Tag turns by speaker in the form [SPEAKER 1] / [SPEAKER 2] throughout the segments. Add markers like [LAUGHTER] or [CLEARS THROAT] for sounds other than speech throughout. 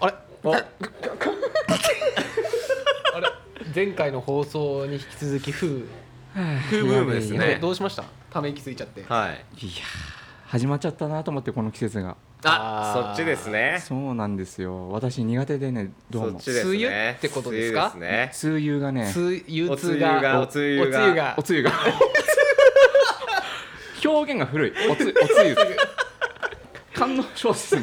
[SPEAKER 1] あれあ [LAUGHS] あれ前回の放送に引き続き風
[SPEAKER 2] 風ブームですね
[SPEAKER 1] どうしましたため息ついちゃって
[SPEAKER 2] はい
[SPEAKER 3] いやー始まっちゃったなと思ってこの季節が
[SPEAKER 2] あ
[SPEAKER 1] あー
[SPEAKER 2] そっちですね
[SPEAKER 3] そうなんですよ私苦手でねど
[SPEAKER 2] そうっ
[SPEAKER 3] も
[SPEAKER 2] ちですね
[SPEAKER 1] 梅雨ってことですか
[SPEAKER 2] 梅雨ですね
[SPEAKER 3] 数湯がね
[SPEAKER 1] つ憂
[SPEAKER 2] おつ
[SPEAKER 1] 鬱
[SPEAKER 2] ゆ
[SPEAKER 1] が
[SPEAKER 2] がおつゆが
[SPEAKER 1] おつゆが
[SPEAKER 3] おつゆが表現が古いおつおつゆ観音小説の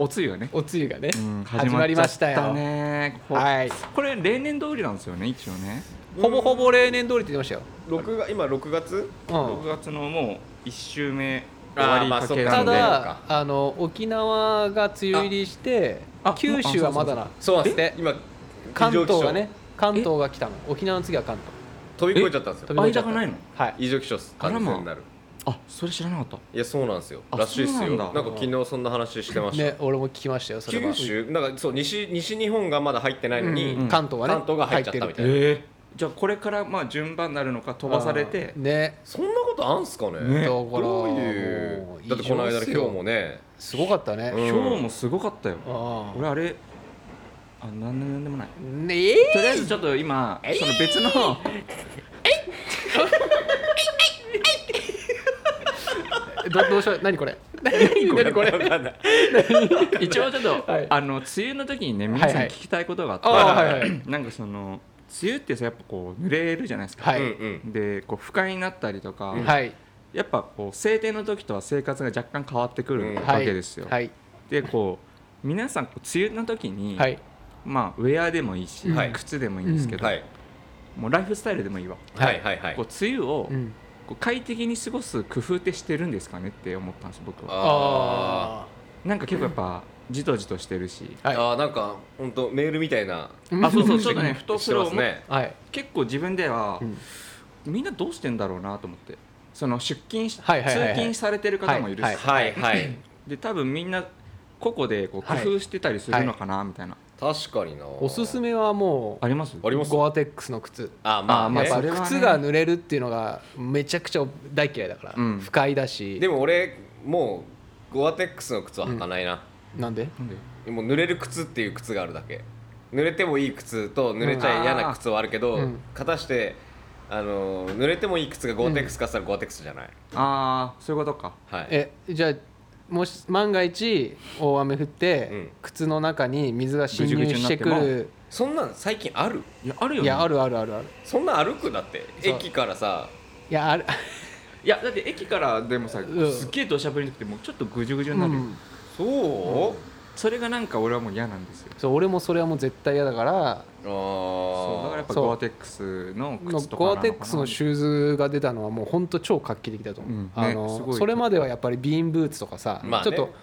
[SPEAKER 3] おつゆがね、
[SPEAKER 1] おつゆがね、
[SPEAKER 3] うん
[SPEAKER 1] 始まりました
[SPEAKER 3] 始まっ
[SPEAKER 1] よ
[SPEAKER 3] ちゃったねこ,、
[SPEAKER 1] はい
[SPEAKER 3] これ例年通りなんですよね一応ね
[SPEAKER 1] ほぼほぼ例年通りって言ってま
[SPEAKER 2] 録画今6月
[SPEAKER 1] したよ、うん
[SPEAKER 3] 6月のもう1週目
[SPEAKER 2] あー
[SPEAKER 3] 終わりかけ
[SPEAKER 1] た
[SPEAKER 3] な
[SPEAKER 2] まあそっか
[SPEAKER 3] ので
[SPEAKER 2] な
[SPEAKER 1] だあの沖縄が梅雨入りして
[SPEAKER 3] ああ
[SPEAKER 1] 九州はまだな
[SPEAKER 2] そうなんです
[SPEAKER 1] え
[SPEAKER 2] ね今
[SPEAKER 1] 関
[SPEAKER 2] 異常気象
[SPEAKER 1] 東がね関東が来たの沖縄の次は関東
[SPEAKER 2] 飛び越えちゃったんですよ
[SPEAKER 1] え飛び越えちゃっ
[SPEAKER 3] 間
[SPEAKER 1] た
[SPEAKER 3] がないの
[SPEAKER 1] はい
[SPEAKER 2] 異常気象っす
[SPEAKER 3] あ
[SPEAKER 2] 完
[SPEAKER 3] らま
[SPEAKER 2] 全になる
[SPEAKER 3] あそれ知らなかった
[SPEAKER 2] いやそうなんですよ
[SPEAKER 3] あ
[SPEAKER 2] らしいっす
[SPEAKER 3] そう
[SPEAKER 2] よ
[SPEAKER 3] な
[SPEAKER 2] なんん
[SPEAKER 3] だ
[SPEAKER 2] か昨日そんな話してました、
[SPEAKER 1] ね俺も聞きましたよそれは
[SPEAKER 2] 九州なんかそう西西日本がまだ入ってないのに、
[SPEAKER 1] うん関東はね
[SPEAKER 2] 関東が入っちゃったみたいな、
[SPEAKER 3] えじゃあこれからまあ順番になるのか飛ばされて
[SPEAKER 1] あーね
[SPEAKER 2] そんなことあんすかね
[SPEAKER 3] ね
[SPEAKER 1] だから
[SPEAKER 2] どういう
[SPEAKER 1] もう
[SPEAKER 2] だってこの間の
[SPEAKER 1] 異常っす
[SPEAKER 2] 今
[SPEAKER 1] よ
[SPEAKER 2] 日もね
[SPEAKER 1] すごかったね、
[SPEAKER 2] うん
[SPEAKER 3] 今日もすごかったよ
[SPEAKER 1] あ
[SPEAKER 3] 俺あれあなんなんでもない
[SPEAKER 1] あねえ
[SPEAKER 3] [LAUGHS] とりあえずちょっと今その別の [LAUGHS]
[SPEAKER 1] どどうしよう何これ何これ何こ
[SPEAKER 2] わ
[SPEAKER 1] れ
[SPEAKER 2] かんない
[SPEAKER 3] 一応ちょっと、
[SPEAKER 1] はい
[SPEAKER 3] あの梅雨の時にね皆さん
[SPEAKER 1] はいはい
[SPEAKER 3] 聞きたいことがあって、
[SPEAKER 1] ああはいはい
[SPEAKER 3] なんかその梅雨ってさやっぱこう濡れるじゃないですか、
[SPEAKER 1] はい、
[SPEAKER 2] うんうん
[SPEAKER 3] でこう不快になったりとか、
[SPEAKER 1] はい
[SPEAKER 3] やっぱこう晴天の時とは生活が若干変わってくる
[SPEAKER 2] うん
[SPEAKER 3] わけですよ、
[SPEAKER 1] はい
[SPEAKER 3] でこう皆さんこう梅雨の時に、
[SPEAKER 1] はい
[SPEAKER 3] まあウェアでもいいし、
[SPEAKER 2] はい
[SPEAKER 3] 靴でもいいんですけど、
[SPEAKER 2] はい
[SPEAKER 3] もうライフスタイルでもいいわ、
[SPEAKER 2] はいはいはい
[SPEAKER 3] こう梅雨を、
[SPEAKER 1] うん
[SPEAKER 3] こう快適に過ごす工夫ってしてるんですかねって思ったんです僕は
[SPEAKER 2] あ
[SPEAKER 1] あ
[SPEAKER 3] なんか結構やっぱじとじとしてるし、
[SPEAKER 2] ー
[SPEAKER 1] はい
[SPEAKER 2] あーなんか本当メールみたいな
[SPEAKER 1] うん
[SPEAKER 3] あそうそうちょっとねふと
[SPEAKER 2] し
[SPEAKER 3] そ
[SPEAKER 2] て
[SPEAKER 3] れを
[SPEAKER 2] ます
[SPEAKER 3] 思っ
[SPEAKER 2] ね
[SPEAKER 1] あ [LAUGHS] はい
[SPEAKER 3] 結構自分では、
[SPEAKER 1] うん
[SPEAKER 3] みんなどうしてんだろうなと思ってその出勤し、
[SPEAKER 1] はいはいはいはい
[SPEAKER 3] 通勤されてる方もいるし、
[SPEAKER 1] はい
[SPEAKER 2] はいはい
[SPEAKER 3] で多分みんな個々でこう工
[SPEAKER 1] はい
[SPEAKER 3] 夫してたりするのかなみたいな、
[SPEAKER 2] 確かになお
[SPEAKER 1] おすすめはもう
[SPEAKER 3] あります
[SPEAKER 2] あります
[SPEAKER 1] ゴアテックスの靴
[SPEAKER 2] あまあ
[SPEAKER 3] あーまあ
[SPEAKER 2] ね
[SPEAKER 1] やっぱ
[SPEAKER 3] それはね
[SPEAKER 1] 靴が濡れるっていうのがめちゃくちゃ大嫌いだから、
[SPEAKER 3] うん
[SPEAKER 1] 不快だし
[SPEAKER 2] でも俺もうゴアテックスの靴は履かないな、
[SPEAKER 1] なんで
[SPEAKER 3] なんで
[SPEAKER 2] もう濡れる靴っていう靴があるだけ濡れてもいい靴と濡れちゃ嫌な靴はあるけど、
[SPEAKER 1] うんあー
[SPEAKER 2] 片してあのー濡れてもいい靴がゴアテックスかしたらゴアテックスじゃない、
[SPEAKER 3] ああそういうことか
[SPEAKER 2] はい
[SPEAKER 1] えじゃあもし万が一大雨降って、
[SPEAKER 2] うん
[SPEAKER 1] 靴の中に水が侵
[SPEAKER 3] ぐ
[SPEAKER 1] 入
[SPEAKER 3] ちゅぐちゅに
[SPEAKER 1] し
[SPEAKER 3] なってて
[SPEAKER 1] く
[SPEAKER 3] も
[SPEAKER 1] る
[SPEAKER 2] そんなん最近ある
[SPEAKER 3] いやあるよ、ね、
[SPEAKER 1] いやあるあるあるある
[SPEAKER 2] そんなん歩くだって
[SPEAKER 1] そう
[SPEAKER 2] 駅からさ
[SPEAKER 1] いやある、
[SPEAKER 3] いやだって駅からでもさ、
[SPEAKER 1] うん
[SPEAKER 3] すっげえ土砂降りの時ってもうちょっとぐじゅぐじゅ
[SPEAKER 1] う
[SPEAKER 3] になるよ、
[SPEAKER 1] ん、
[SPEAKER 2] そ
[SPEAKER 3] それがなんか俺はもう嫌なんですよ
[SPEAKER 1] そう俺もそれはもう絶対嫌だから
[SPEAKER 2] う、
[SPEAKER 3] そうだから
[SPEAKER 2] あ
[SPEAKER 3] やっぱ
[SPEAKER 1] そう
[SPEAKER 3] ゴアテックスの
[SPEAKER 1] の
[SPEAKER 3] 靴とかな
[SPEAKER 1] ゴ
[SPEAKER 3] の
[SPEAKER 1] ア
[SPEAKER 3] かな
[SPEAKER 1] テックスのシューズが出たのはもうほんと超画期的だと思う、
[SPEAKER 3] うんね
[SPEAKER 1] あ
[SPEAKER 3] す
[SPEAKER 1] の
[SPEAKER 3] ごい
[SPEAKER 1] それまではやっぱりビーンブーツとかさ、
[SPEAKER 2] まあ
[SPEAKER 1] ち
[SPEAKER 2] ね
[SPEAKER 1] ょっと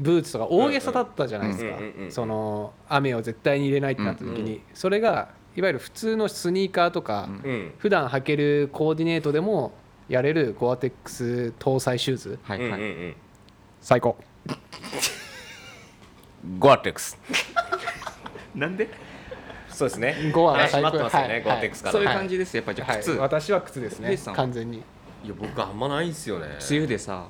[SPEAKER 1] ブーツとか大げさだったじゃないですか、
[SPEAKER 2] うんうんうんうん
[SPEAKER 1] その雨を絶対に入れないってなった時に、
[SPEAKER 2] うんう
[SPEAKER 1] それがいわゆる普通のスニーカーとか、
[SPEAKER 3] うん
[SPEAKER 2] うん
[SPEAKER 1] 普段履けるコーディネートでもやれるゴアテックス搭載シューズ
[SPEAKER 3] は
[SPEAKER 2] う
[SPEAKER 3] い
[SPEAKER 2] んうんう
[SPEAKER 3] はい、
[SPEAKER 2] ん
[SPEAKER 1] 最高
[SPEAKER 2] ゴアテックス
[SPEAKER 3] なんで
[SPEAKER 2] そうですね
[SPEAKER 1] ゴアが
[SPEAKER 2] 話
[SPEAKER 1] 最高
[SPEAKER 2] 待ってますよね、
[SPEAKER 1] はい
[SPEAKER 2] ゴアテックスから、
[SPEAKER 3] そういう
[SPEAKER 2] い、
[SPEAKER 3] 感じですやっぱじゃあ
[SPEAKER 1] はい
[SPEAKER 3] 靴、
[SPEAKER 1] 私は靴です
[SPEAKER 3] レイ
[SPEAKER 1] ね
[SPEAKER 3] さんは
[SPEAKER 1] 完全に
[SPEAKER 2] や僕あんまないんすよね
[SPEAKER 3] 梅雨でさ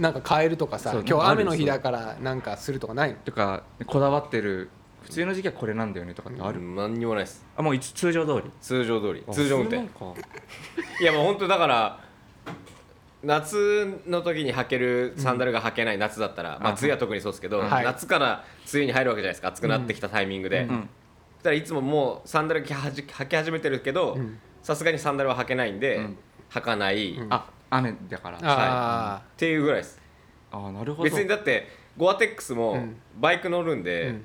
[SPEAKER 1] なんかカエルとかさ
[SPEAKER 3] そう
[SPEAKER 1] 今日雨の
[SPEAKER 3] なんかある
[SPEAKER 1] 日だからなんかするとかないの
[SPEAKER 3] とかこだわってる普通の時期はこれなんだよねとかってあ
[SPEAKER 2] あ
[SPEAKER 3] る、
[SPEAKER 2] る何にもないです
[SPEAKER 3] あもういつ通常通り
[SPEAKER 2] 通常通り通常運転
[SPEAKER 3] あそうなんか
[SPEAKER 2] いやもう本当だから夏の時に履けるサンダルが履けない夏だったら、まあ
[SPEAKER 3] あ
[SPEAKER 2] 梅雨は特にそうですけど、
[SPEAKER 1] はい
[SPEAKER 2] 夏から梅雨に入るわけじゃないですか暑くなってきたタイミングで、
[SPEAKER 3] うんうん
[SPEAKER 2] そしたらいつももうサンダル履きはじ履き始めてるけど
[SPEAKER 1] うん
[SPEAKER 2] さすがにサンダルは履けないんで、
[SPEAKER 3] うん
[SPEAKER 2] 履かない、
[SPEAKER 1] うん
[SPEAKER 2] っ
[SPEAKER 3] あ雨だからあ
[SPEAKER 1] あ
[SPEAKER 2] ていうぐらいです
[SPEAKER 3] あなるほど
[SPEAKER 2] 別にだってゴアテックス
[SPEAKER 1] う
[SPEAKER 2] も
[SPEAKER 1] ん
[SPEAKER 2] バイク乗るんで、
[SPEAKER 1] うん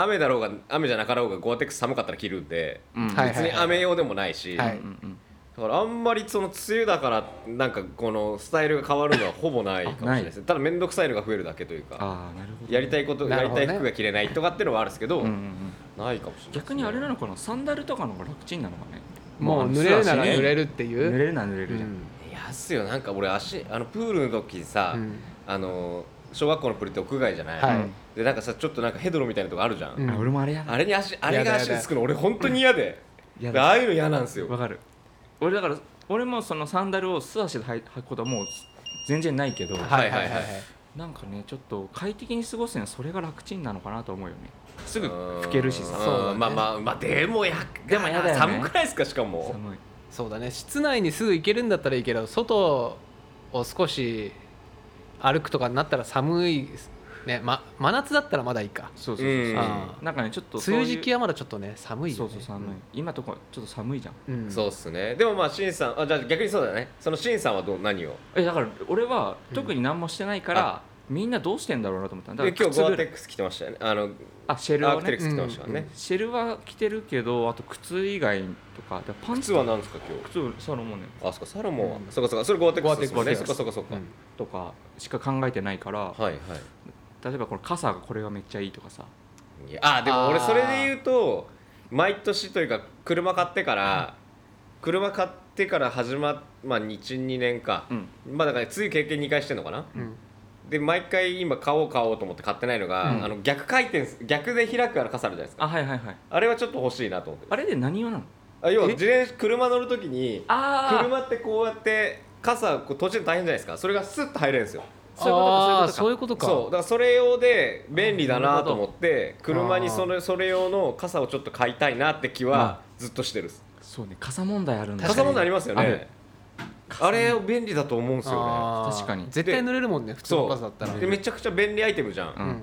[SPEAKER 2] 雨だろうが雨じゃなかろうがゴアテックス寒かったら着るんで、
[SPEAKER 3] うん
[SPEAKER 1] はい
[SPEAKER 2] 別に雨用でもないし、
[SPEAKER 1] は
[SPEAKER 3] う
[SPEAKER 1] い
[SPEAKER 3] んうん
[SPEAKER 2] だからあんまりその梅雨だからなんかこのスタイルが変わるのはほぼないかもしれないですねただ面倒くさいのが増えるだけというか
[SPEAKER 3] ああなるほど
[SPEAKER 2] やりたいこと、
[SPEAKER 1] な
[SPEAKER 2] や
[SPEAKER 1] る
[SPEAKER 2] り
[SPEAKER 1] ほどね
[SPEAKER 2] たい服が着れないとかっていうのはあるんですけど、
[SPEAKER 3] うんうんうん
[SPEAKER 2] ないかもしれない
[SPEAKER 3] 逆にあれな
[SPEAKER 2] の
[SPEAKER 3] のかなサンダルとかの方が楽ちんなのかね
[SPEAKER 1] もう
[SPEAKER 3] あの
[SPEAKER 1] 濡れるなら
[SPEAKER 3] 素
[SPEAKER 1] 濡
[SPEAKER 3] 足ね
[SPEAKER 1] れるってい
[SPEAKER 3] 濡
[SPEAKER 1] う
[SPEAKER 3] れるなら濡れるじゃん、
[SPEAKER 2] いやっすよなんか俺足あのプールの時さ、
[SPEAKER 1] うん
[SPEAKER 2] あの小学校のプールって屋外じゃない、
[SPEAKER 1] はい
[SPEAKER 2] でなんかさちょっとなんかヘドロみたいなとこあるじゃん、
[SPEAKER 1] うん
[SPEAKER 3] あ俺もあれやだ
[SPEAKER 2] あれに足あれが足
[SPEAKER 1] やだやだ
[SPEAKER 2] につくの俺本当に嫌で,、
[SPEAKER 3] 嫌
[SPEAKER 2] で
[SPEAKER 3] だ
[SPEAKER 2] ああいうの嫌なんですよ
[SPEAKER 3] わかる俺だから俺もそのサンダルを素足で履くことはもう全然ないけど、
[SPEAKER 1] はいはいはいはい
[SPEAKER 3] なんかねちょっと快適に過ごすにはそれが楽ちんなのかなと思うよねすぐ
[SPEAKER 2] うん
[SPEAKER 3] 拭けるし
[SPEAKER 1] そう
[SPEAKER 3] さ
[SPEAKER 1] だ
[SPEAKER 2] うん
[SPEAKER 1] ね
[SPEAKER 2] まあまあまあでもや
[SPEAKER 3] でもやだよね
[SPEAKER 2] 寒くないですかしかも
[SPEAKER 3] 寒い
[SPEAKER 1] そうだね室内にすぐ行けるんだったらいいけど外を少し歩くとかになったら寒いですね、ま、真夏だったらまだいいか
[SPEAKER 3] そうそうそう
[SPEAKER 2] うん
[SPEAKER 1] あ
[SPEAKER 3] なんかねちょっと
[SPEAKER 1] 梅雨時期
[SPEAKER 3] は
[SPEAKER 1] はまだちょっとね寒いよ
[SPEAKER 3] そ
[SPEAKER 1] ね
[SPEAKER 3] うそう寒い、今とこちょっと寒いじゃん
[SPEAKER 1] うん、うん
[SPEAKER 2] そうっすねでもまあしんさんあじゃあ逆にそうだねそのしんさんはどう何を
[SPEAKER 3] えだから俺は特に何もしてないから
[SPEAKER 2] あ、
[SPEAKER 3] みんなどうしてんだろうなと思ったんだ
[SPEAKER 2] で
[SPEAKER 3] か
[SPEAKER 2] 今
[SPEAKER 3] ら
[SPEAKER 2] 日
[SPEAKER 3] 靴
[SPEAKER 2] ゴ
[SPEAKER 3] ぐ
[SPEAKER 2] ア
[SPEAKER 3] ら
[SPEAKER 2] テ
[SPEAKER 3] い
[SPEAKER 2] ックス着てましたよねあの
[SPEAKER 3] あシェル
[SPEAKER 2] ア
[SPEAKER 3] は
[SPEAKER 2] ークテ
[SPEAKER 3] ね
[SPEAKER 2] ックス着てましたから
[SPEAKER 1] う
[SPEAKER 2] ね
[SPEAKER 1] ん
[SPEAKER 3] シェルは着てるけどあと靴以外とかでパンツ
[SPEAKER 2] 靴
[SPEAKER 3] と
[SPEAKER 2] は
[SPEAKER 3] か
[SPEAKER 2] 何ですか今日
[SPEAKER 3] 靴サロモンね
[SPEAKER 2] あそっかサロモンは
[SPEAKER 1] うん
[SPEAKER 2] そっかそっかそれゴアテックスですもんね
[SPEAKER 3] ゴ
[SPEAKER 2] そ
[SPEAKER 3] ア
[SPEAKER 2] っ
[SPEAKER 3] テック
[SPEAKER 2] か
[SPEAKER 3] ス
[SPEAKER 2] そっかそっか
[SPEAKER 3] とかしか考えてないから、
[SPEAKER 2] はいはい
[SPEAKER 3] 例えばこれ傘がこれがめっちゃいいとかさ
[SPEAKER 2] いやあでも俺
[SPEAKER 1] あー
[SPEAKER 2] それで言うと毎年というか車買ってから車買ってから始ままあ12年か
[SPEAKER 3] うん
[SPEAKER 2] まあだからつい経験2回してんのかな
[SPEAKER 1] うん
[SPEAKER 2] で毎回今買おう買おうと思って買ってないのが、
[SPEAKER 3] うん
[SPEAKER 2] あの逆回転す逆で開くあの傘あるじゃないですか
[SPEAKER 3] あはいはいはい
[SPEAKER 2] あれはちょっと欲しいなと思って
[SPEAKER 3] あれで何用なの
[SPEAKER 2] あ要は
[SPEAKER 1] え
[SPEAKER 2] 自転車乗る時に
[SPEAKER 3] ああ
[SPEAKER 2] 車ってこうやって傘こう途中で大変じゃないですかそれがスッと入れるんですよ
[SPEAKER 3] そういうことか
[SPEAKER 1] あー
[SPEAKER 3] そういう
[SPEAKER 1] ことか
[SPEAKER 2] そうだからそれ用で便利だなと思って
[SPEAKER 1] なるほど
[SPEAKER 2] 車にそれそれ用の傘をちょっと買いたいなって気はずっとしてるっす
[SPEAKER 3] そうね傘問題あるんだよね
[SPEAKER 2] 傘もありますよ
[SPEAKER 3] ある
[SPEAKER 2] ねあれ便利だと思うんですよね
[SPEAKER 1] あー
[SPEAKER 3] 確かに
[SPEAKER 1] 絶対濡れるもんね普通の
[SPEAKER 2] そ
[SPEAKER 1] パスだったら
[SPEAKER 2] うでめちゃくちゃ便利アイテムじゃん、
[SPEAKER 3] うん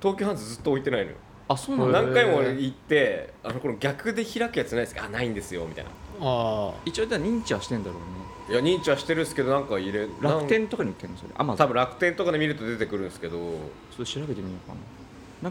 [SPEAKER 2] 東急ハンズずっと置いてないのよ
[SPEAKER 3] あそうなんだ
[SPEAKER 2] 何回も行ってあのこの逆で開くやつないですかあないんですよみたいな
[SPEAKER 1] あ
[SPEAKER 3] 一応じゃあ認知はしてんだろうね
[SPEAKER 2] いや認知はしてるんですけどなんか入れ
[SPEAKER 3] 楽
[SPEAKER 2] なん
[SPEAKER 3] 天とかに売ってるのそれあまあ
[SPEAKER 2] 多分楽天とかで見ると出てくるんですけ
[SPEAKER 3] ち
[SPEAKER 2] ど
[SPEAKER 3] ょっと調べてみようかな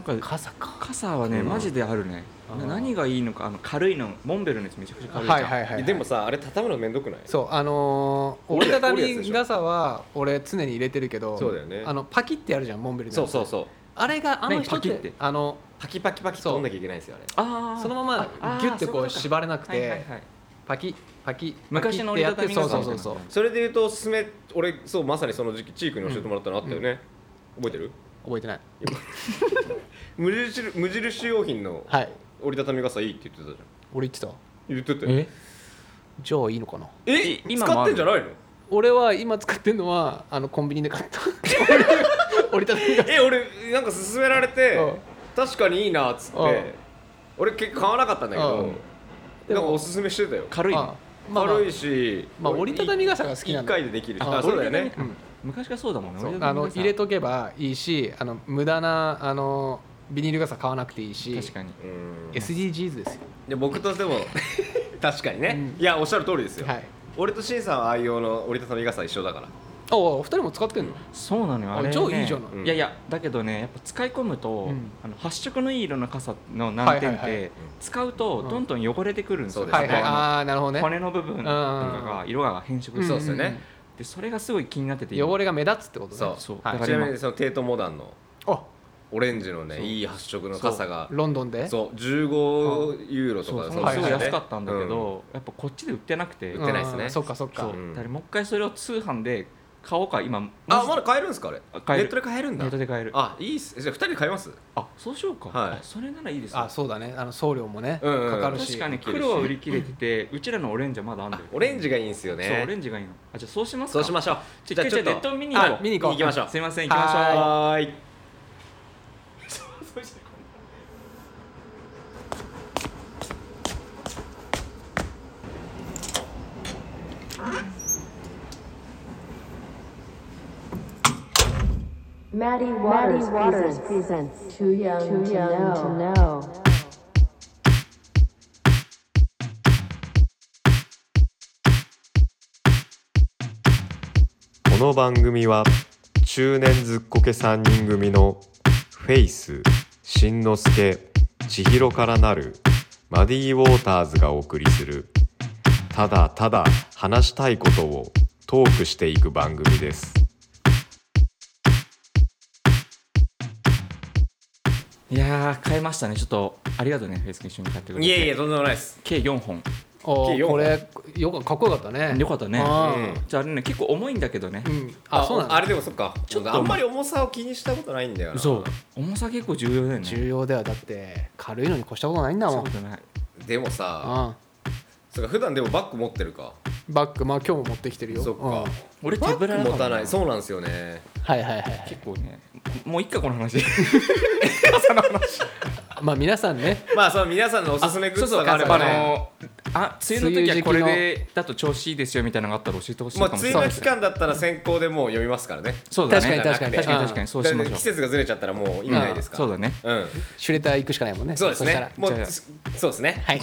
[SPEAKER 3] なん
[SPEAKER 1] あ
[SPEAKER 3] か
[SPEAKER 1] 傘か
[SPEAKER 3] 傘はね、
[SPEAKER 2] うん
[SPEAKER 3] マジであるね
[SPEAKER 1] あー
[SPEAKER 3] 何がいいのかあの軽いのモンベルのやつめちゃくちゃ軽いじゃん、
[SPEAKER 1] はいはいはい、はい、
[SPEAKER 2] でもさあれ畳むのめんどくない
[SPEAKER 1] そうあのー、折り
[SPEAKER 2] 折るや
[SPEAKER 1] た
[SPEAKER 2] つ
[SPEAKER 1] た
[SPEAKER 2] 折るやつで
[SPEAKER 1] み
[SPEAKER 2] しょ
[SPEAKER 1] 傘は俺常に入れてるけど
[SPEAKER 2] そうだよね
[SPEAKER 1] あのパキってやるじゃんモンベルの
[SPEAKER 2] そうそう
[SPEAKER 1] う
[SPEAKER 2] そう
[SPEAKER 1] あれがあの
[SPEAKER 3] 何
[SPEAKER 1] 人っ
[SPEAKER 3] パキってて
[SPEAKER 1] あの
[SPEAKER 2] パキパキパキ
[SPEAKER 1] そう
[SPEAKER 2] 取んなきゃいけないんですよあれ
[SPEAKER 3] あー
[SPEAKER 1] そのま
[SPEAKER 3] ああ
[SPEAKER 1] ま
[SPEAKER 3] ー
[SPEAKER 1] ギュッてこ
[SPEAKER 3] そうい
[SPEAKER 1] う
[SPEAKER 3] うことか
[SPEAKER 1] 縛れなく
[SPEAKER 3] はいはい
[SPEAKER 1] て
[SPEAKER 3] はい
[SPEAKER 1] パキパキ
[SPEAKER 3] 昔の折りたたみ
[SPEAKER 1] パキってやって
[SPEAKER 3] 傘
[SPEAKER 1] そ
[SPEAKER 3] み
[SPEAKER 1] う
[SPEAKER 3] た
[SPEAKER 1] そ
[SPEAKER 3] い
[SPEAKER 1] そう
[SPEAKER 3] うな
[SPEAKER 1] そう
[SPEAKER 2] それで言うとおすすめ俺そうまさにその時期チークに教えてもらったのあったよね、覚えてる
[SPEAKER 1] 覚えてない
[SPEAKER 2] 無印無印良品の
[SPEAKER 1] はい
[SPEAKER 2] 折りたたみ傘いいって言ってたじゃん
[SPEAKER 1] 俺言ってた
[SPEAKER 2] 言ってたよ
[SPEAKER 3] え
[SPEAKER 1] じゃあいいのかない
[SPEAKER 2] え
[SPEAKER 3] 今も
[SPEAKER 2] 使
[SPEAKER 3] あ
[SPEAKER 2] っ
[SPEAKER 3] る
[SPEAKER 2] てんじゃないの
[SPEAKER 1] 俺は今使ってるのは [LAUGHS] あのコンビニで買った
[SPEAKER 3] [LAUGHS]
[SPEAKER 1] [LAUGHS] 折りたたみ傘
[SPEAKER 2] え俺なんか勧められて
[SPEAKER 1] うん
[SPEAKER 2] 確かにいいなっつっ
[SPEAKER 1] うん
[SPEAKER 2] て俺結構買わなかったんだけ
[SPEAKER 1] う
[SPEAKER 2] ど
[SPEAKER 1] ん
[SPEAKER 2] なんかおすすめしてたよ
[SPEAKER 3] 軽い
[SPEAKER 1] あ
[SPEAKER 3] の
[SPEAKER 1] まあまあ
[SPEAKER 2] 軽いし
[SPEAKER 1] まあ折りたたみ傘が好きなん
[SPEAKER 2] 1
[SPEAKER 1] だ
[SPEAKER 2] 回でできるし
[SPEAKER 1] あ
[SPEAKER 2] あそうだよ
[SPEAKER 3] 折り
[SPEAKER 2] ね
[SPEAKER 3] たたみか昔からそうだもんね
[SPEAKER 2] そう
[SPEAKER 3] 折りた
[SPEAKER 1] あ
[SPEAKER 3] たみ
[SPEAKER 1] の
[SPEAKER 3] 傘
[SPEAKER 1] 入れとけばいいしあの無駄なあのビニール傘買わなくていいし
[SPEAKER 3] 確かに
[SPEAKER 2] うん
[SPEAKER 1] SDGs ですよ
[SPEAKER 2] で僕と
[SPEAKER 1] [LAUGHS]
[SPEAKER 2] しても確かにね
[SPEAKER 1] うん
[SPEAKER 2] いやおっしゃる通りですよ
[SPEAKER 1] はい
[SPEAKER 2] 俺としんさんは愛用の折りたたみ傘一緒だから
[SPEAKER 1] あお二人も使ってんの
[SPEAKER 3] そうなのよ
[SPEAKER 1] あ
[SPEAKER 3] あれ、ね、
[SPEAKER 1] 超いいじゃない
[SPEAKER 2] うん
[SPEAKER 3] いやいやだけどねやっぱ使い込むと、
[SPEAKER 1] うん
[SPEAKER 3] あの発色のいい色の傘の難点って、
[SPEAKER 1] はいはいはい
[SPEAKER 3] 使うと
[SPEAKER 1] うん
[SPEAKER 3] どんどん汚れてくるんですよ、
[SPEAKER 2] そうです
[SPEAKER 1] はいはい
[SPEAKER 3] そこの
[SPEAKER 1] ああーなるほどね
[SPEAKER 3] 骨の部分とかが色が変色する、
[SPEAKER 2] そうですよね
[SPEAKER 3] でそれがすごい気になってて今
[SPEAKER 1] 汚れが目立つってことね
[SPEAKER 2] そう
[SPEAKER 3] そう
[SPEAKER 1] はい
[SPEAKER 3] だか
[SPEAKER 2] ち
[SPEAKER 3] ら
[SPEAKER 2] な
[SPEAKER 3] 今
[SPEAKER 2] みにそのテートモダンの
[SPEAKER 1] あ
[SPEAKER 2] オレンジのね
[SPEAKER 3] そう
[SPEAKER 2] いい発色の傘が
[SPEAKER 1] ロンドンで
[SPEAKER 2] そう15ユーロと
[SPEAKER 3] そう
[SPEAKER 2] か
[SPEAKER 3] そ
[SPEAKER 1] の
[SPEAKER 3] う
[SPEAKER 2] の
[SPEAKER 3] すごい安かったんだけ
[SPEAKER 2] うん
[SPEAKER 3] ど、やっぱこっちで売ってなくて、
[SPEAKER 2] 売ってないっすね
[SPEAKER 1] うんそっかそっか
[SPEAKER 3] そう
[SPEAKER 2] うん
[SPEAKER 3] だからもう一回それを通販で買おうか今
[SPEAKER 2] あまだ買えるんですかあれ
[SPEAKER 3] あ買え
[SPEAKER 2] ネ
[SPEAKER 3] る
[SPEAKER 2] ットで買えるん
[SPEAKER 3] ネ
[SPEAKER 2] だ
[SPEAKER 3] ットで買えるあ
[SPEAKER 2] あいいっすえじゃあ2人で買います
[SPEAKER 3] そうしようか、
[SPEAKER 2] はい
[SPEAKER 3] あそれならいいですよ
[SPEAKER 1] あそうだねあの送料もね
[SPEAKER 2] うんうんうん
[SPEAKER 1] かかるし
[SPEAKER 3] 確かに黒は売り切れてて、うちらのオレンジはまだあんだよ
[SPEAKER 2] オレンジがいいんですよ
[SPEAKER 3] そうオレ
[SPEAKER 2] ね
[SPEAKER 3] ンジがいいのあじゃあそうしますか
[SPEAKER 2] そうしま
[SPEAKER 3] し
[SPEAKER 2] しょう
[SPEAKER 3] じゃあちょっとネット見に行こう
[SPEAKER 2] あ見に行こ
[SPEAKER 1] 見
[SPEAKER 2] う
[SPEAKER 1] に行きま
[SPEAKER 2] しょう
[SPEAKER 3] すいません行きましょう
[SPEAKER 2] はーい
[SPEAKER 4] Maddie Waters,
[SPEAKER 5] Waters
[SPEAKER 4] presents, Too Young,
[SPEAKER 5] Too
[SPEAKER 4] to,
[SPEAKER 5] Young
[SPEAKER 4] know.
[SPEAKER 5] to Know.
[SPEAKER 6] この番組は中年ずっこけ3人組のフェイスしんのすけ千尋からなるマディウォーターズがお送りするただただ話したいことをトークしていく番組です。
[SPEAKER 3] いやー買いましたねちょっとありがとうねフェイス君一緒に買ってくれて
[SPEAKER 2] いえいえとんでもないです
[SPEAKER 3] 計4本
[SPEAKER 1] お
[SPEAKER 2] 計
[SPEAKER 1] ー
[SPEAKER 2] 四
[SPEAKER 1] これよくかっこよかったね
[SPEAKER 3] よかったね
[SPEAKER 1] あ
[SPEAKER 2] うん
[SPEAKER 1] ー
[SPEAKER 3] じゃああれね結構重いんだけどね
[SPEAKER 1] うんあそうなんだ
[SPEAKER 2] あれでもそっか
[SPEAKER 3] ちょっと
[SPEAKER 2] あんまり重さを気にしたことないんだよな
[SPEAKER 3] そう重さ結構重要だよね
[SPEAKER 1] 重要だよだって軽いのに越したことないんだも
[SPEAKER 3] そ
[SPEAKER 1] ん
[SPEAKER 3] うだね
[SPEAKER 2] でもさ
[SPEAKER 1] あ
[SPEAKER 2] そうか普段でもバッグ持ってるか
[SPEAKER 1] バッグまあ今日も持ってきてるよ
[SPEAKER 2] そっか
[SPEAKER 1] うん
[SPEAKER 3] 俺手
[SPEAKER 2] バ
[SPEAKER 3] ぶら
[SPEAKER 2] ッグ持たない
[SPEAKER 3] そう
[SPEAKER 2] そうなんですよね
[SPEAKER 1] はいはいはい
[SPEAKER 3] 結構ねもういっかこの話朝の話
[SPEAKER 1] まあ皆さんね
[SPEAKER 2] まあその皆さんのおすすめグッズとかあ
[SPEAKER 3] あ
[SPEAKER 2] れ
[SPEAKER 3] の
[SPEAKER 2] ば
[SPEAKER 1] そうそう
[SPEAKER 2] ね
[SPEAKER 3] あ梅雨の時はこれでだと調子いいですよみたいなのがあったら教えてほしい
[SPEAKER 2] まあ
[SPEAKER 3] かもし
[SPEAKER 2] 梅
[SPEAKER 3] れ
[SPEAKER 2] 雨
[SPEAKER 3] ない
[SPEAKER 2] の期間だったら先行でもう読みますからね
[SPEAKER 3] そうだね
[SPEAKER 1] 確かに確かに
[SPEAKER 3] 確かに確かにそうしま
[SPEAKER 2] だから季
[SPEAKER 3] しょ
[SPEAKER 2] 節がずれちゃったらもう意味
[SPEAKER 3] う
[SPEAKER 2] ないですから
[SPEAKER 3] そうだね
[SPEAKER 2] うん
[SPEAKER 1] シュレター行くしかないもんね
[SPEAKER 2] そうです
[SPEAKER 1] した
[SPEAKER 2] ね
[SPEAKER 1] ら
[SPEAKER 2] もう
[SPEAKER 3] じゃあ
[SPEAKER 2] そうですね
[SPEAKER 1] はい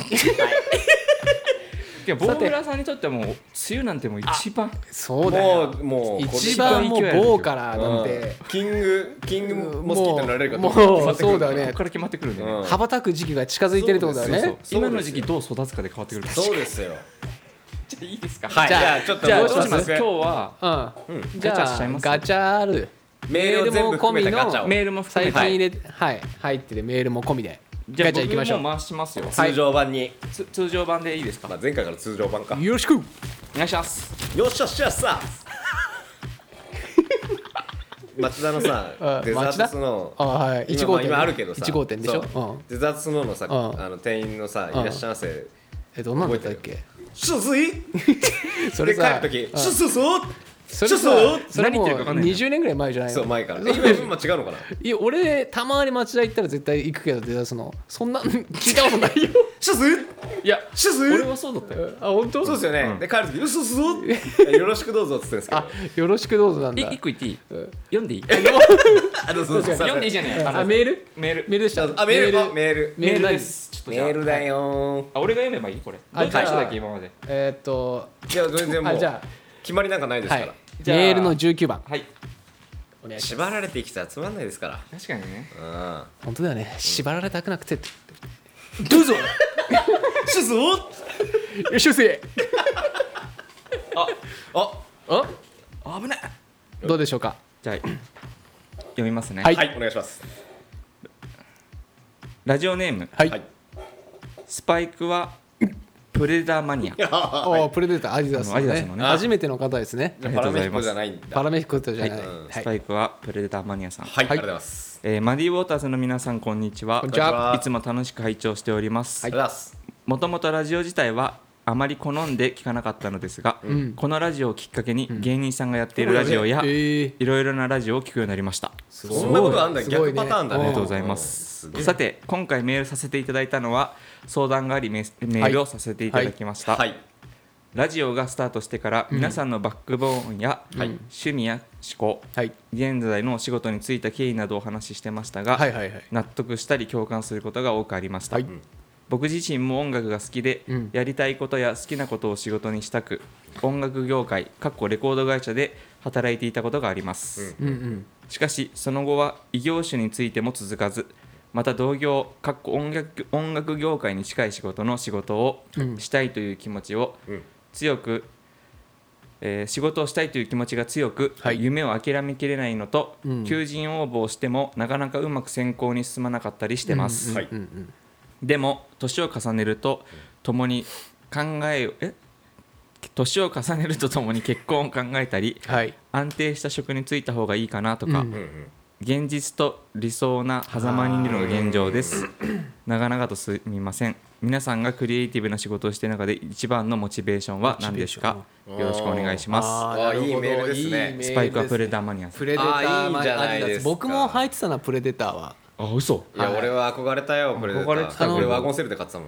[SPEAKER 3] いやボウムラさんにとってはもう梅雨なんてもう一番
[SPEAKER 1] そうだ
[SPEAKER 2] も
[SPEAKER 1] よ
[SPEAKER 2] うもう
[SPEAKER 1] 一番もう豪華な
[SPEAKER 2] うん
[SPEAKER 1] なんて
[SPEAKER 2] キングキングモスキートになれるかと
[SPEAKER 1] もう
[SPEAKER 2] 思って
[SPEAKER 1] そうだよ
[SPEAKER 3] こ
[SPEAKER 1] ね
[SPEAKER 3] こから決まってくるんだよね、
[SPEAKER 2] うん
[SPEAKER 1] 羽ばたく時期が近づいてるってことだよ
[SPEAKER 2] そう
[SPEAKER 1] ね
[SPEAKER 2] ですよ
[SPEAKER 3] 今の時期どう育つかで変わってくる
[SPEAKER 2] そうですよ
[SPEAKER 3] じゃあいいですか
[SPEAKER 2] はい
[SPEAKER 1] じ
[SPEAKER 2] じ
[SPEAKER 1] ゃあ
[SPEAKER 2] ゃあちょっと
[SPEAKER 3] じゃあ
[SPEAKER 2] も
[SPEAKER 3] ど
[SPEAKER 2] う
[SPEAKER 3] う
[SPEAKER 2] 一
[SPEAKER 3] し
[SPEAKER 2] つ
[SPEAKER 3] ます今日は
[SPEAKER 1] うん
[SPEAKER 2] うん
[SPEAKER 1] じゃ
[SPEAKER 3] ガチャしちゃい
[SPEAKER 1] あ
[SPEAKER 3] ます
[SPEAKER 1] ガチャある
[SPEAKER 2] メールを全部含めたガチャを
[SPEAKER 3] メールも含め
[SPEAKER 1] 最
[SPEAKER 3] て
[SPEAKER 1] 近入れはい入っててメールも込みで
[SPEAKER 3] じゃあ
[SPEAKER 1] ガチャ行きましょ
[SPEAKER 3] 僕
[SPEAKER 1] う
[SPEAKER 3] も回しますよ、
[SPEAKER 2] 通常版に
[SPEAKER 3] つ通常版でいいですか
[SPEAKER 2] まあ前回から通常版か
[SPEAKER 1] よろしく
[SPEAKER 3] お願いします
[SPEAKER 2] よっしゃっしゃっ
[SPEAKER 3] [LAUGHS]
[SPEAKER 2] さ町田のさ
[SPEAKER 1] あ
[SPEAKER 2] デザートスノ
[SPEAKER 1] あはい
[SPEAKER 2] ー
[SPEAKER 1] 1
[SPEAKER 2] 今ま
[SPEAKER 1] 号
[SPEAKER 2] あ
[SPEAKER 1] 店
[SPEAKER 2] 今あるけどさ
[SPEAKER 1] 1号店でしょ
[SPEAKER 2] そう
[SPEAKER 1] うん
[SPEAKER 2] デザートスノーのさ
[SPEAKER 1] うん
[SPEAKER 2] あの店員のさ「
[SPEAKER 1] うん
[SPEAKER 2] いらっしゃいませ」
[SPEAKER 1] えどんなんだったっけ
[SPEAKER 2] シュズイ
[SPEAKER 1] [LAUGHS] そ
[SPEAKER 2] で
[SPEAKER 1] れ
[SPEAKER 2] 帰る
[SPEAKER 1] さ
[SPEAKER 2] とき「
[SPEAKER 1] うん
[SPEAKER 2] シュズズ
[SPEAKER 1] そ
[SPEAKER 2] シ
[SPEAKER 1] れ
[SPEAKER 2] ュズ
[SPEAKER 1] さそれ
[SPEAKER 3] 何言っ
[SPEAKER 1] も
[SPEAKER 3] て
[SPEAKER 1] う
[SPEAKER 3] るか分かんないな
[SPEAKER 1] 20年ぐらい前じゃない
[SPEAKER 2] そう
[SPEAKER 1] の
[SPEAKER 2] 前からえ今今違うのかない
[SPEAKER 1] や俺たまに町田行ったら絶対行くけどデザスのそんな [LAUGHS] 聞いたことない
[SPEAKER 2] [LAUGHS]
[SPEAKER 1] よ
[SPEAKER 2] シュズ
[SPEAKER 3] いや
[SPEAKER 2] シュ
[SPEAKER 3] 俺
[SPEAKER 2] ズ
[SPEAKER 3] もそうだったよ
[SPEAKER 1] あ本当
[SPEAKER 2] そうですよね、
[SPEAKER 3] ん
[SPEAKER 2] で帰るとき「うすす
[SPEAKER 1] [LAUGHS]
[SPEAKER 2] よろしくどうぞ」っつってんですけど
[SPEAKER 1] あよろしくどうぞなん
[SPEAKER 3] え
[SPEAKER 1] だ
[SPEAKER 3] 一個言っていい読んでいい
[SPEAKER 2] あどうぞどうぞ
[SPEAKER 3] 読んでいいじゃない
[SPEAKER 1] あメール
[SPEAKER 3] メール
[SPEAKER 1] メールでした
[SPEAKER 2] あメールあメール
[SPEAKER 1] メール
[SPEAKER 3] で
[SPEAKER 1] ですす
[SPEAKER 3] ちょっとじ
[SPEAKER 2] メ
[SPEAKER 3] ゃあ
[SPEAKER 2] ールだよ
[SPEAKER 3] あ俺が読めばいいこれ
[SPEAKER 1] あ
[SPEAKER 3] どっちの人
[SPEAKER 1] じゃあ
[SPEAKER 3] だっけ今まで
[SPEAKER 1] えーっと
[SPEAKER 2] いや全然も
[SPEAKER 1] あ
[SPEAKER 2] う
[SPEAKER 1] じゃ
[SPEAKER 2] 決まりなんかないです
[SPEAKER 1] あ
[SPEAKER 2] か
[SPEAKER 1] は
[SPEAKER 2] ら、
[SPEAKER 1] い
[SPEAKER 3] じゃあ
[SPEAKER 1] メールの19番
[SPEAKER 3] はい
[SPEAKER 1] お願いしま
[SPEAKER 2] 縛られてきたらつまんないですから
[SPEAKER 3] 確かにね
[SPEAKER 2] うん
[SPEAKER 1] す本当だよね縛られたくなくてどうぞ
[SPEAKER 2] シュズ
[SPEAKER 1] よしよせ
[SPEAKER 2] あ
[SPEAKER 1] あ
[SPEAKER 3] 危ない
[SPEAKER 1] どうでしょうか
[SPEAKER 3] じゃあ読みますね
[SPEAKER 1] はい
[SPEAKER 2] はいお願いします
[SPEAKER 3] ラジオネーム
[SPEAKER 1] はい、
[SPEAKER 2] はい
[SPEAKER 3] スパイクはプレデターマニア
[SPEAKER 1] あープレデターアディダスの
[SPEAKER 3] あのアディダスの
[SPEAKER 1] ね
[SPEAKER 3] ね
[SPEAKER 1] 初めての方ですね
[SPEAKER 2] じゃあ
[SPEAKER 3] り
[SPEAKER 2] パ
[SPEAKER 3] がと
[SPEAKER 2] ラ
[SPEAKER 3] うございま
[SPEAKER 2] メヒコ
[SPEAKER 3] す
[SPEAKER 2] じゃないんだ
[SPEAKER 1] パ
[SPEAKER 2] はい
[SPEAKER 1] ラメヒコとじゃない、
[SPEAKER 3] はい
[SPEAKER 1] うん
[SPEAKER 3] スパイクはプレデターマニアさん、
[SPEAKER 2] ありがとうございます
[SPEAKER 3] えーマディ・ウォーターズの皆さんこんにちは
[SPEAKER 1] こんにちはい
[SPEAKER 3] つも楽しく拝聴しております、
[SPEAKER 2] ありがとうございます
[SPEAKER 3] もともとラジオ自体はあまり好んで聞かなかったのですが、
[SPEAKER 1] ん
[SPEAKER 3] このラジオをきっかけに芸人さんがやっているラジオや、
[SPEAKER 1] えー
[SPEAKER 3] いろいろなラジオを聞くようになりました
[SPEAKER 1] す
[SPEAKER 2] そんなことあんだ
[SPEAKER 1] すご
[SPEAKER 2] 逆
[SPEAKER 1] いね
[SPEAKER 2] パターンだね
[SPEAKER 1] ん
[SPEAKER 3] ありがとうございます
[SPEAKER 2] うんすげえ
[SPEAKER 3] さて今回メールさせていただいたのは相談がありメスメールをさせていただきました、
[SPEAKER 2] はい
[SPEAKER 3] ラジオがスタートしてから皆さんのバックボーンや、
[SPEAKER 1] はい
[SPEAKER 3] 趣味や思考
[SPEAKER 1] はい、
[SPEAKER 3] 現在のお仕事についた経緯などをお話ししてましたが、
[SPEAKER 1] はいはいはい
[SPEAKER 3] 納得したり共感することが多くありました、
[SPEAKER 1] はい
[SPEAKER 3] 僕自身も音楽が好きで、
[SPEAKER 1] うん
[SPEAKER 3] やりたいことや好きなことを仕事にしたく音楽業界かっこレコード会社で働いていたことがあります、
[SPEAKER 1] うんうん
[SPEAKER 3] しかしその後は異業種についても続かずまた同業かっこ音楽音楽業界に近い仕事の仕事を
[SPEAKER 1] うん
[SPEAKER 3] したいという気持ちを
[SPEAKER 2] うん
[SPEAKER 3] 強く、えー仕事をしたいという気持ちが強く、
[SPEAKER 1] はい
[SPEAKER 3] 夢を諦めきれないのと、
[SPEAKER 1] うん
[SPEAKER 3] 求人応募をしてもなかなかうまく選考に進まなかったりしてます、
[SPEAKER 2] はい
[SPEAKER 1] うんうん
[SPEAKER 3] でも年を重ねると共に考えをえ年を重ねるとともに結婚を考えたり
[SPEAKER 1] はい
[SPEAKER 3] 安定した職に就いた方がいいかなとか、
[SPEAKER 1] うん
[SPEAKER 2] うんうん
[SPEAKER 3] 現実と理想な狭間にいるのが現状です長々とすみません皆さんがクリエイティブな仕事をしている中で一番のモチベーションは何ですか
[SPEAKER 2] モチベーション
[SPEAKER 3] よろしくお願いしま
[SPEAKER 2] あ
[SPEAKER 1] あ
[SPEAKER 2] ーなるほどいいメールですね
[SPEAKER 3] すスパイクはプレ
[SPEAKER 1] ー
[SPEAKER 3] ダーマニアさ
[SPEAKER 1] プ
[SPEAKER 3] ん
[SPEAKER 1] レデタ
[SPEAKER 2] あーいい
[SPEAKER 1] ー
[SPEAKER 2] んじゃないですか
[SPEAKER 1] 僕も入ってたなプレデターは
[SPEAKER 3] あ嘘
[SPEAKER 2] いや俺は憧れたよこれ
[SPEAKER 3] 憧れてた
[SPEAKER 1] よ
[SPEAKER 2] 俺ワゴンセールで買ってたもん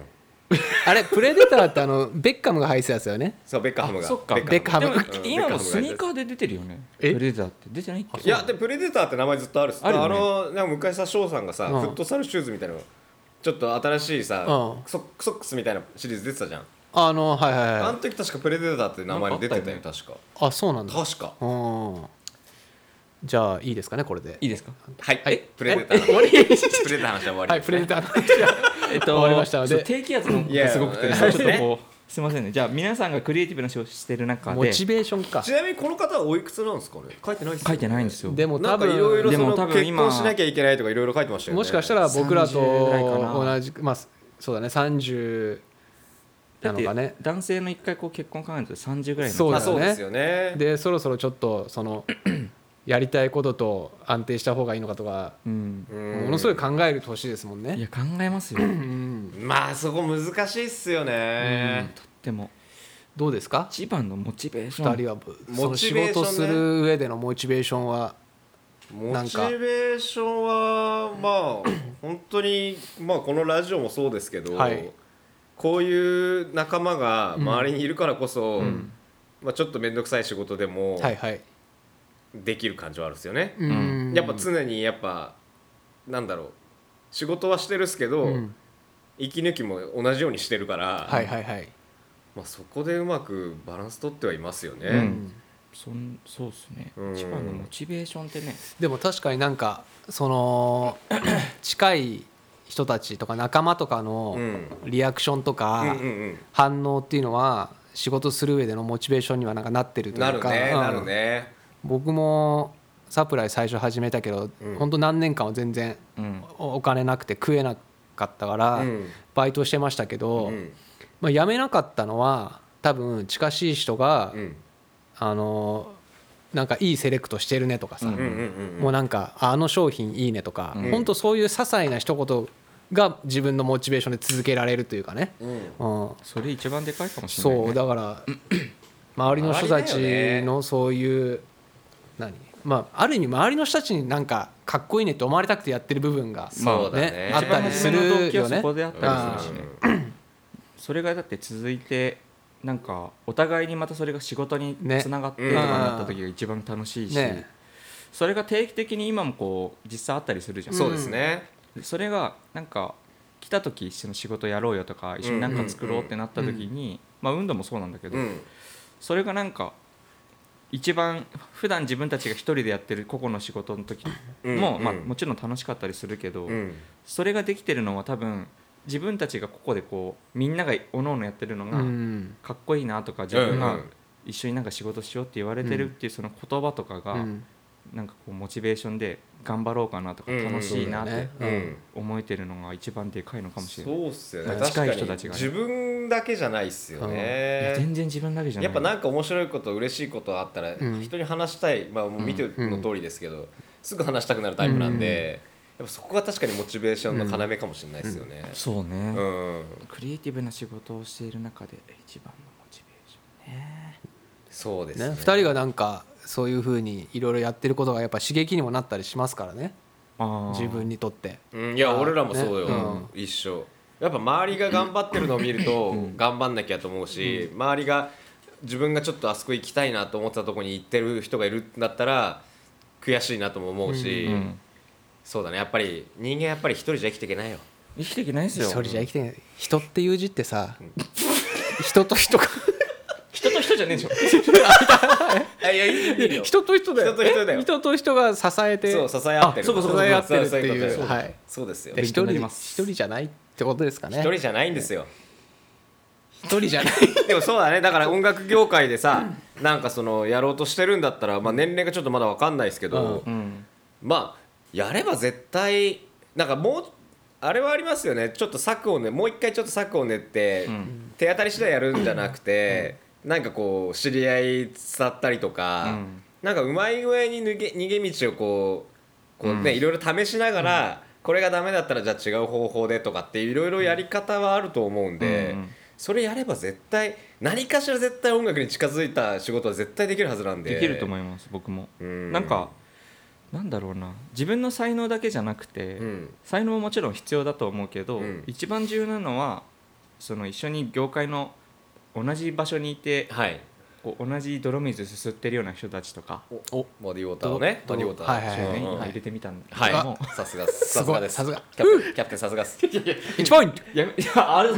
[SPEAKER 1] あれプレデターってあの [LAUGHS] ベッカムが入ってたやつだよね
[SPEAKER 2] そうベッカハムが
[SPEAKER 3] あそっか
[SPEAKER 1] ベッカハ
[SPEAKER 3] で
[SPEAKER 1] ム
[SPEAKER 3] も
[SPEAKER 2] うん
[SPEAKER 3] 今も
[SPEAKER 2] ベッカムが
[SPEAKER 3] スニーカーで出てるよねプ
[SPEAKER 1] え
[SPEAKER 3] レデターって出てないっけ
[SPEAKER 2] いやでプレデターって名前ずっとあるっす
[SPEAKER 3] あるよね
[SPEAKER 2] あのなんか昔さ翔さんがさ、
[SPEAKER 1] うん
[SPEAKER 2] フットサルシューズみたいなのちょっと新しいさ、
[SPEAKER 1] うん
[SPEAKER 2] ソックソックスみたいなシリーズ出てたじゃん、
[SPEAKER 1] あのはいはい
[SPEAKER 2] あ
[SPEAKER 1] は
[SPEAKER 2] の
[SPEAKER 1] い
[SPEAKER 2] 時確かプレデターって名前出てたよ
[SPEAKER 3] なんか
[SPEAKER 2] 確か
[SPEAKER 1] あそうなんだ
[SPEAKER 2] 確か
[SPEAKER 1] うんじゃあいいですかねこれで
[SPEAKER 3] いいですか
[SPEAKER 2] はい、
[SPEAKER 1] はい
[SPEAKER 2] プレデターの
[SPEAKER 1] 終わり
[SPEAKER 2] プレデターの話は終わり
[SPEAKER 1] はい
[SPEAKER 2] で
[SPEAKER 1] プ
[SPEAKER 2] す
[SPEAKER 1] レ
[SPEAKER 2] ね
[SPEAKER 1] デターの
[SPEAKER 3] えっ
[SPEAKER 1] 終わりましたので
[SPEAKER 3] そう低気圧の
[SPEAKER 2] いや
[SPEAKER 3] がすごくて、
[SPEAKER 2] うん
[SPEAKER 3] ちょっとこう、すみませんね。じゃあ皆さんがクリエイティブな仕事をしてる中
[SPEAKER 1] モ
[SPEAKER 3] で
[SPEAKER 1] チベーションか
[SPEAKER 2] ちなみにこの方はおいくつなんですかね書いてないっすよ
[SPEAKER 3] 書いてないんですよ。
[SPEAKER 1] でも
[SPEAKER 2] な
[SPEAKER 1] 多
[SPEAKER 2] んか
[SPEAKER 1] 分
[SPEAKER 2] いろいろそ
[SPEAKER 3] で
[SPEAKER 2] の
[SPEAKER 3] も多分
[SPEAKER 2] 結
[SPEAKER 3] 今
[SPEAKER 2] 婚しなきゃいけないとかいろいろ書いてましたよね
[SPEAKER 1] もしかしたら僕らと
[SPEAKER 3] 30ぐらいかな
[SPEAKER 1] 同じくまあそうだね30
[SPEAKER 3] だ
[SPEAKER 1] な
[SPEAKER 3] っ
[SPEAKER 1] の
[SPEAKER 3] て
[SPEAKER 1] かね
[SPEAKER 3] 男性の一回こう結婚考えると三十ぐらいの。
[SPEAKER 1] そう
[SPEAKER 2] ま
[SPEAKER 1] だ
[SPEAKER 2] あ
[SPEAKER 1] ね
[SPEAKER 2] そうですよね
[SPEAKER 1] でそろそろちょっとそのやりたいことと安定した方がいいのかとか
[SPEAKER 3] うん。
[SPEAKER 1] ものすごい考える年ですもん
[SPEAKER 3] い
[SPEAKER 1] ね
[SPEAKER 3] や考えますよ。
[SPEAKER 1] うん
[SPEAKER 2] まあそこ難しいっすよね、
[SPEAKER 3] でも
[SPEAKER 1] どうですか
[SPEAKER 3] 一番のモチベーション
[SPEAKER 1] 2人はぶ
[SPEAKER 2] モ
[SPEAKER 1] その
[SPEAKER 2] チ
[SPEAKER 1] 仕
[SPEAKER 2] ベーションね
[SPEAKER 1] 事する上でのモチベーションは
[SPEAKER 2] モ
[SPEAKER 1] なん
[SPEAKER 2] チ
[SPEAKER 1] か
[SPEAKER 2] ベーションはまあ本当にまあこのラジオもそうですけど、
[SPEAKER 1] はい
[SPEAKER 2] こういう仲間が周りにいるからこそ、
[SPEAKER 3] ん
[SPEAKER 2] まあ、ちょっと面倒くさい仕事でも
[SPEAKER 1] はいはい
[SPEAKER 2] できる感じはあるんですよね、
[SPEAKER 1] うん
[SPEAKER 2] やっぱ常にやっぱなんだろう仕事はしてるっすけど、
[SPEAKER 1] うん
[SPEAKER 2] 息抜きも同じようにしてるから、
[SPEAKER 1] はいはいはい
[SPEAKER 2] まあ、そこでうまくバランス取ってはいますよね、
[SPEAKER 3] う
[SPEAKER 1] うんん
[SPEAKER 3] そんそうですね
[SPEAKER 2] うん
[SPEAKER 3] 一番のモチベーションってね
[SPEAKER 1] でも確かになんかその [CLEARS THROAT] 近い人たちとか仲間とかの
[SPEAKER 2] うん
[SPEAKER 1] リアクションと
[SPEAKER 2] うん
[SPEAKER 1] か
[SPEAKER 2] うん
[SPEAKER 1] 反応っていうのは仕事する上でのモチベーションにはなんかなってる
[SPEAKER 2] うん
[SPEAKER 1] と
[SPEAKER 2] な
[SPEAKER 1] いう
[SPEAKER 2] る
[SPEAKER 1] か
[SPEAKER 2] ね
[SPEAKER 1] うん
[SPEAKER 2] なるね、
[SPEAKER 1] 僕もサプライ最初始めたけど
[SPEAKER 2] うん
[SPEAKER 1] 本当何年間は全然
[SPEAKER 3] うん
[SPEAKER 1] おお金なくて食えなかったから
[SPEAKER 2] うん
[SPEAKER 1] バイトしてましたけ
[SPEAKER 2] う
[SPEAKER 1] ど、
[SPEAKER 2] ん
[SPEAKER 1] まあ、辞めなかったのは多分近しい人が、
[SPEAKER 2] うん
[SPEAKER 1] あのなんかいいセレクトしてるねとかさ、
[SPEAKER 3] うん
[SPEAKER 2] うんうん
[SPEAKER 1] もうなんかああの商品いいねとか、
[SPEAKER 3] うん
[SPEAKER 1] 本当そういう些細な一言が自分のモチベーションで続けられるというかね、
[SPEAKER 2] うん
[SPEAKER 1] うん、
[SPEAKER 3] それ一番でかいかもしれないね
[SPEAKER 1] そうだから
[SPEAKER 2] [CLEARS THROAT]
[SPEAKER 1] 周りの人たち
[SPEAKER 2] 周りだよ
[SPEAKER 1] のそういう何まあある意味周りの人たちになんかかっこいいねって思われたくてやってる部分が
[SPEAKER 2] まあそうだね
[SPEAKER 1] あっ
[SPEAKER 3] 一
[SPEAKER 1] た
[SPEAKER 3] 番
[SPEAKER 1] り
[SPEAKER 3] 初
[SPEAKER 1] す
[SPEAKER 3] めの動
[SPEAKER 1] る
[SPEAKER 3] 機は
[SPEAKER 1] よ
[SPEAKER 3] そ
[SPEAKER 1] ね
[SPEAKER 3] こであったりするしねそれがだって続いてなんかお互いにまたそれが仕事に
[SPEAKER 1] ね
[SPEAKER 3] つながってとかになった時が一番楽しいし、
[SPEAKER 1] ね
[SPEAKER 3] それが定期的に今もこう実際あったりするじゃん、
[SPEAKER 2] そうですね、
[SPEAKER 3] それがなんか来た時一緒の仕事やろうよとか一緒になんか作ろうってなった時に、まあ運動もそうなんだけど、
[SPEAKER 2] うん
[SPEAKER 3] それがなんか一番普段自分たちが一人でやってる個々の仕事の時も、
[SPEAKER 2] うん
[SPEAKER 3] まあ、
[SPEAKER 2] うん
[SPEAKER 3] もちろん楽しかったりするけど、
[SPEAKER 2] うん
[SPEAKER 3] それができてるのは多分自分たちがここでこうみんながおのおのやってるの
[SPEAKER 1] う
[SPEAKER 3] が
[SPEAKER 1] ん
[SPEAKER 3] かっこいいなとか自分
[SPEAKER 2] うん
[SPEAKER 3] が
[SPEAKER 2] うん
[SPEAKER 3] 一緒になんか仕事しようって言われてるっていうその言葉とか
[SPEAKER 1] う
[SPEAKER 3] が
[SPEAKER 1] ん
[SPEAKER 3] なんかこうモチベーションで頑張ろうかなとか
[SPEAKER 2] うん
[SPEAKER 3] 楽しいなっ
[SPEAKER 1] そうだ
[SPEAKER 3] て
[SPEAKER 1] ね
[SPEAKER 2] うん
[SPEAKER 3] 思えてるのが一番でかいのかもしれない
[SPEAKER 2] そうっすよね
[SPEAKER 3] うん
[SPEAKER 2] 確か
[SPEAKER 3] 近い
[SPEAKER 2] に
[SPEAKER 3] 人たちがね
[SPEAKER 2] 自分だけじゃないっすよ
[SPEAKER 3] い
[SPEAKER 2] ね
[SPEAKER 3] や、全然自分だけじゃない
[SPEAKER 2] やっぱなんか面白いこと嬉しいことあったら
[SPEAKER 1] うん
[SPEAKER 2] 人に話したい、まあもう見ての通りですけど、すぐ話したくなるタイプなんで、やっぱそこが確かにモチベーションの要かもしれないですよね。
[SPEAKER 3] そうね
[SPEAKER 2] うん、
[SPEAKER 3] クリエイティブな仕事をしている中で一番のモチベーションね
[SPEAKER 2] そうですね
[SPEAKER 1] ね、2人がなんかそういうふうにいろいろやってることがやっぱ刺激にもなったりしますからね
[SPEAKER 3] あー
[SPEAKER 1] 自分にとって
[SPEAKER 2] うん、いや
[SPEAKER 1] あー
[SPEAKER 2] 俺らもそうよ、
[SPEAKER 1] ね
[SPEAKER 2] 一緒やっぱ周りが頑張ってるのを見ると頑張んなきゃと思うし、周りが自分がちょっとあそこ行きたいなと思ってたとこに行ってる人がいるんだったら悔しいなとも思うし、
[SPEAKER 3] うん
[SPEAKER 2] そうだねやっぱり人間やっぱり一人じゃ生きていけないよ
[SPEAKER 3] 生きていけないです
[SPEAKER 1] 一人
[SPEAKER 3] よ
[SPEAKER 1] じゃ生きてない人っていう字ってさ人と人が
[SPEAKER 3] 人と人じゃねえでしょ
[SPEAKER 2] [LAUGHS] いやいやいいよ
[SPEAKER 1] 人と人だよ
[SPEAKER 2] [LAUGHS] 人と人だよ
[SPEAKER 1] え人と人が支えて
[SPEAKER 2] そう支え合
[SPEAKER 1] あ
[SPEAKER 2] ってる
[SPEAKER 1] そうかそうか
[SPEAKER 2] 支え合ってるっ
[SPEAKER 1] 支
[SPEAKER 2] て
[SPEAKER 1] え合ってる
[SPEAKER 2] いう
[SPEAKER 1] っていうはい
[SPEAKER 2] そうですよ
[SPEAKER 1] で
[SPEAKER 2] 一
[SPEAKER 1] 一人
[SPEAKER 3] 勉強になり
[SPEAKER 1] 一
[SPEAKER 3] ます
[SPEAKER 1] 人じゃないってことですかね
[SPEAKER 2] 人じゃないんですよ
[SPEAKER 1] 一人じゃ
[SPEAKER 2] [LAUGHS]
[SPEAKER 1] ない
[SPEAKER 2] でもそうだねだから音楽業界でさなんかそのやろうとしてるんだったら、まあ、年齢がちょっとまだわかんないですけど、
[SPEAKER 3] うん
[SPEAKER 2] まあやれば絶対なんかもうあれはありますよねちょっと策をねもう一回ちょっと策を練って、
[SPEAKER 3] うん
[SPEAKER 2] 手当たり次第やるんじゃなくて、なんかこう知り合い伝ったりとか、
[SPEAKER 3] うん
[SPEAKER 2] なんかうまい上に逃げ逃げ道をこうこう、ね
[SPEAKER 3] うん
[SPEAKER 2] いろいろ試しながら、これがダメだったらじゃあ違う方法でとかっていろいろやり方はあると思うんで、
[SPEAKER 3] うんうん
[SPEAKER 2] それやれば絶対何かしら絶対音楽に近づいた仕事は絶対できるはずなんで。
[SPEAKER 3] できると思
[SPEAKER 2] い
[SPEAKER 3] います僕も
[SPEAKER 2] うん
[SPEAKER 3] なんかなんだろうな自分の才能だけじゃなくて、
[SPEAKER 2] うん
[SPEAKER 3] 才能ももちろん必要だと思うけど、
[SPEAKER 2] うん
[SPEAKER 3] 一番重要なのはその一緒に業界の同じ場所にいて
[SPEAKER 2] はい
[SPEAKER 3] こう同じ泥水すすってるような人たちとか
[SPEAKER 2] おボディウォーターをね
[SPEAKER 1] ど
[SPEAKER 2] ボディウォーター
[SPEAKER 1] はいはいはい
[SPEAKER 2] うんうん
[SPEAKER 3] 今
[SPEAKER 2] はい
[SPEAKER 3] 入れてみたんだけども、
[SPEAKER 2] さすがさす
[SPEAKER 1] ご
[SPEAKER 2] が
[SPEAKER 1] い
[SPEAKER 2] です
[SPEAKER 1] さすが
[SPEAKER 2] キャプテンキャプテンさすがっす
[SPEAKER 1] 1ポイント
[SPEAKER 3] やめい [LAUGHS] やあれ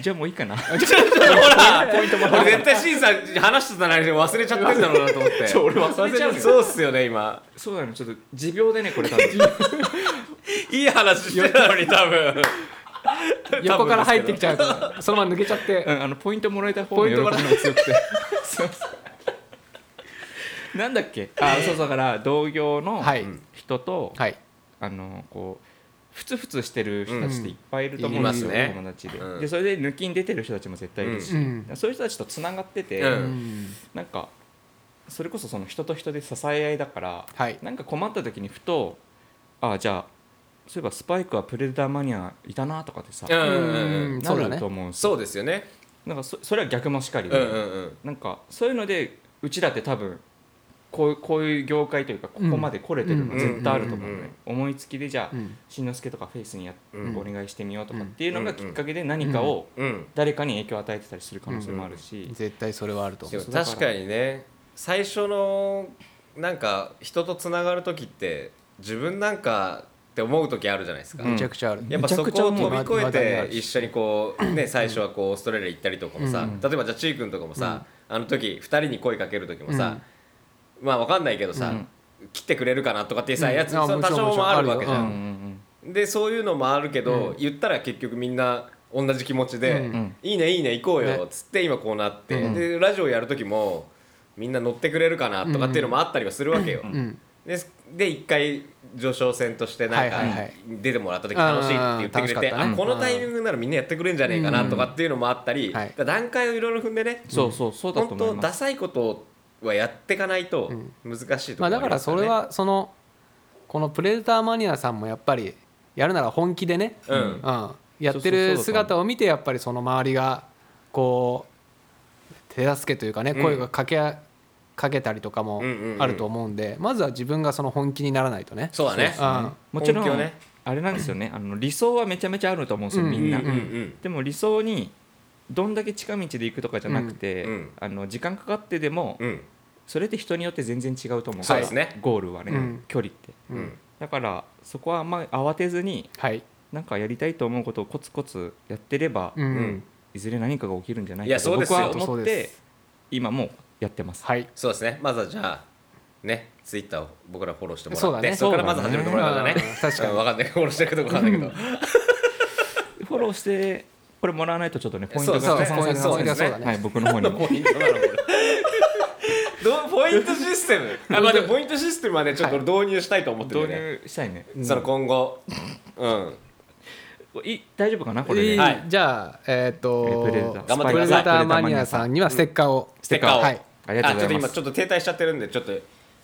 [SPEAKER 3] じゃあもういい [LAUGHS] かな
[SPEAKER 2] ほらポイント
[SPEAKER 1] [LAUGHS]
[SPEAKER 2] もら絶対審査話してたら忘れちゃってるんだろうなと思って
[SPEAKER 3] そう俺忘れちゃうのよ
[SPEAKER 2] そうっすよね今
[SPEAKER 3] そうだねちょっと持病でねこれ多 [LAUGHS] 分
[SPEAKER 2] いい話してたのに多分
[SPEAKER 1] 横から入ってきちゃうからそのまま抜けちゃって
[SPEAKER 2] [LAUGHS]
[SPEAKER 3] うんあのポイントもらえた方が喜びが強くて [LAUGHS] すいませんなんだっけあそうそうだから同業の
[SPEAKER 1] はい
[SPEAKER 3] 人と、
[SPEAKER 1] はい
[SPEAKER 3] あのこうふつふつしてる人たちっていっぱいいると思
[SPEAKER 1] う
[SPEAKER 3] うんん
[SPEAKER 1] い
[SPEAKER 3] で
[SPEAKER 1] ます
[SPEAKER 3] すよ、
[SPEAKER 2] ね
[SPEAKER 3] 友達で,、
[SPEAKER 2] うん
[SPEAKER 3] でそれで抜きに出てる人たちも絶対いるし、
[SPEAKER 1] うん
[SPEAKER 3] そういう人たちとつながってて、
[SPEAKER 2] うん
[SPEAKER 1] うん
[SPEAKER 3] なんかそれこそその人と人で支え合いだから、
[SPEAKER 1] はい
[SPEAKER 3] なんか困った時にふとああじゃあそういえばスパイクはプレデターマニアいたなとかってさ、
[SPEAKER 2] うん
[SPEAKER 1] う
[SPEAKER 2] うんう
[SPEAKER 1] ん
[SPEAKER 2] ん
[SPEAKER 3] な
[SPEAKER 1] そうだ
[SPEAKER 3] る
[SPEAKER 1] ね
[SPEAKER 3] と思うんですよ
[SPEAKER 2] そうですよね
[SPEAKER 3] なんかそそれは逆もしかり
[SPEAKER 2] うんう
[SPEAKER 3] で、
[SPEAKER 2] んうん
[SPEAKER 3] なんかそういうのでうちらって多分こうこういう業界というかここまで来れてるの
[SPEAKER 1] うん
[SPEAKER 3] 絶対あると思うのね、
[SPEAKER 2] うんうん
[SPEAKER 3] 思いつきでじゃあ、
[SPEAKER 1] うん
[SPEAKER 3] しんのすけとかフェイスにや、
[SPEAKER 2] うん
[SPEAKER 3] お願いしてみようとかっていうのがきっかけで何
[SPEAKER 1] ん
[SPEAKER 3] かを
[SPEAKER 2] うん
[SPEAKER 3] 誰かに影響を与えてたりする可能性もあるし、
[SPEAKER 1] 絶対それはあると思
[SPEAKER 2] で
[SPEAKER 1] う
[SPEAKER 2] も確かにね最初のなんか人とつながる時って自分なんかって思う時あるじゃないですか、
[SPEAKER 3] うん
[SPEAKER 1] めちゃくちゃある
[SPEAKER 2] やっぱそ
[SPEAKER 3] め
[SPEAKER 2] こを
[SPEAKER 3] ちゃくちゃ思う
[SPEAKER 2] 飛び越
[SPEAKER 1] まだにあ
[SPEAKER 2] え
[SPEAKER 1] る
[SPEAKER 2] て
[SPEAKER 1] し
[SPEAKER 2] 一緒にこう
[SPEAKER 1] [CLEARS THROAT]
[SPEAKER 2] ね最初はこうオーストラリア行ったりとかもさ、
[SPEAKER 3] うん
[SPEAKER 2] 例えばじゃあちーくんとかもさ、あの時2人に声かける時もさ、まあわかんないけどさ、
[SPEAKER 3] うん
[SPEAKER 2] 切ってくれるかなとかっていうさ、
[SPEAKER 1] うん
[SPEAKER 2] やつ
[SPEAKER 1] あ
[SPEAKER 2] その
[SPEAKER 1] も
[SPEAKER 2] 多
[SPEAKER 1] ちろんも
[SPEAKER 2] 少
[SPEAKER 1] ちろ
[SPEAKER 2] も
[SPEAKER 1] ん
[SPEAKER 2] あるわけじ
[SPEAKER 1] あ
[SPEAKER 2] ゃ
[SPEAKER 1] る
[SPEAKER 3] うん
[SPEAKER 1] よ
[SPEAKER 2] ん、でそういうのもあるけど、言ったら結局みんな同じ気持ちで「
[SPEAKER 1] うん
[SPEAKER 2] いいねいいね行こうよ」
[SPEAKER 1] ね
[SPEAKER 2] っつって今こうなって、
[SPEAKER 3] うん
[SPEAKER 2] でラジオやる時もみんな乗ってくれるかなとかっていうのもあったりはするわけよ。
[SPEAKER 1] うん
[SPEAKER 2] でで一回上昇戦としてなんか
[SPEAKER 1] はいはいはい
[SPEAKER 2] 出てもらった時楽しいって言ってく
[SPEAKER 1] うんうんうん楽し
[SPEAKER 2] れて、
[SPEAKER 1] かったね
[SPEAKER 2] あこのタイミングならみんなやってくれるんじゃねえかなとかっていうのもあったり、
[SPEAKER 1] んはい
[SPEAKER 2] だから段階をいろいろ踏んでね、
[SPEAKER 3] そうそうそうだと
[SPEAKER 2] 本
[SPEAKER 3] 思
[SPEAKER 2] 当
[SPEAKER 3] いま
[SPEAKER 2] ダ
[SPEAKER 3] す、
[SPEAKER 2] サいことはやっていかないと難しいと
[SPEAKER 1] ま
[SPEAKER 2] こ
[SPEAKER 1] あ
[SPEAKER 2] ろ
[SPEAKER 1] だからそれはそのこのプレデターマニアさんもやっぱりやるなら本気でね、
[SPEAKER 2] うん
[SPEAKER 1] うんやってる姿を見てやっぱりその周りがこう手助けというかね
[SPEAKER 2] うん
[SPEAKER 1] 声がかけ,、かけたりとかも
[SPEAKER 2] うんうんうん
[SPEAKER 1] あると思うんでまずは自分がその本気にならないとね。
[SPEAKER 2] そうだね
[SPEAKER 1] うん
[SPEAKER 3] もちろ
[SPEAKER 2] 本気を
[SPEAKER 3] ん、
[SPEAKER 2] ね
[SPEAKER 3] あれなんですよねあの理想はめちゃめちゃあると思うんですよ、
[SPEAKER 1] うん
[SPEAKER 3] みんな、
[SPEAKER 2] うんうん
[SPEAKER 3] でも理想にどんだけ近道で行くとかじゃなくて、
[SPEAKER 2] うんうん
[SPEAKER 3] あの時間かかってでも、
[SPEAKER 2] うんうん
[SPEAKER 3] それって人によって全然違うと思う
[SPEAKER 2] そうですね
[SPEAKER 3] ゴールはね、
[SPEAKER 1] うん
[SPEAKER 3] 距離って
[SPEAKER 2] うん
[SPEAKER 3] だからそこはあんまり慌てずに
[SPEAKER 1] はい、
[SPEAKER 3] なんかやりたいと思うことをコツコツやってれば、
[SPEAKER 1] うん
[SPEAKER 2] うん
[SPEAKER 3] いずれ何かが起きるんじゃない
[SPEAKER 2] いや
[SPEAKER 3] かと
[SPEAKER 2] そうで
[SPEAKER 3] 僕
[SPEAKER 2] すよ
[SPEAKER 3] は思
[SPEAKER 1] そう
[SPEAKER 3] っ
[SPEAKER 1] で
[SPEAKER 3] て
[SPEAKER 1] す
[SPEAKER 3] 今もうやってます、
[SPEAKER 1] はい
[SPEAKER 2] そうですねまずはじゃあねツイッターを僕らフォローしてもらって
[SPEAKER 1] そうだね
[SPEAKER 2] れからまず始めてもらうからね
[SPEAKER 1] そうだね確かに
[SPEAKER 2] [LAUGHS] 分かんないフォローしてるかどうかわかんないけど
[SPEAKER 3] フォローしてこれもらわないとちょっとねポイント
[SPEAKER 2] そう
[SPEAKER 3] が
[SPEAKER 2] そう
[SPEAKER 3] 加算されま
[SPEAKER 1] ポ
[SPEAKER 3] す
[SPEAKER 1] イントがそうだね
[SPEAKER 3] はい、僕
[SPEAKER 2] [LAUGHS]
[SPEAKER 3] の方にも
[SPEAKER 2] ポイントなのこれどうポイントシステムあ、まあ、でもポイントシステムはねちょっと俺導入したいと思ってる
[SPEAKER 3] 導
[SPEAKER 2] よね、
[SPEAKER 3] 入したいね
[SPEAKER 2] その今後うん
[SPEAKER 3] い大丈夫かなこ
[SPEAKER 1] え
[SPEAKER 3] れ
[SPEAKER 1] ー
[SPEAKER 3] で、
[SPEAKER 2] はい
[SPEAKER 1] じゃあえーっと
[SPEAKER 3] えープレデター
[SPEAKER 2] 頑張っ
[SPEAKER 1] プ
[SPEAKER 2] てく
[SPEAKER 1] レ
[SPEAKER 2] だ
[SPEAKER 1] デ
[SPEAKER 2] さい
[SPEAKER 1] ターマニアさんにはステッカーを、
[SPEAKER 2] ステッカーを、
[SPEAKER 1] はい
[SPEAKER 3] ありがとうございます
[SPEAKER 2] あちょっと今ちょっと停滞しちゃってるんでちょっと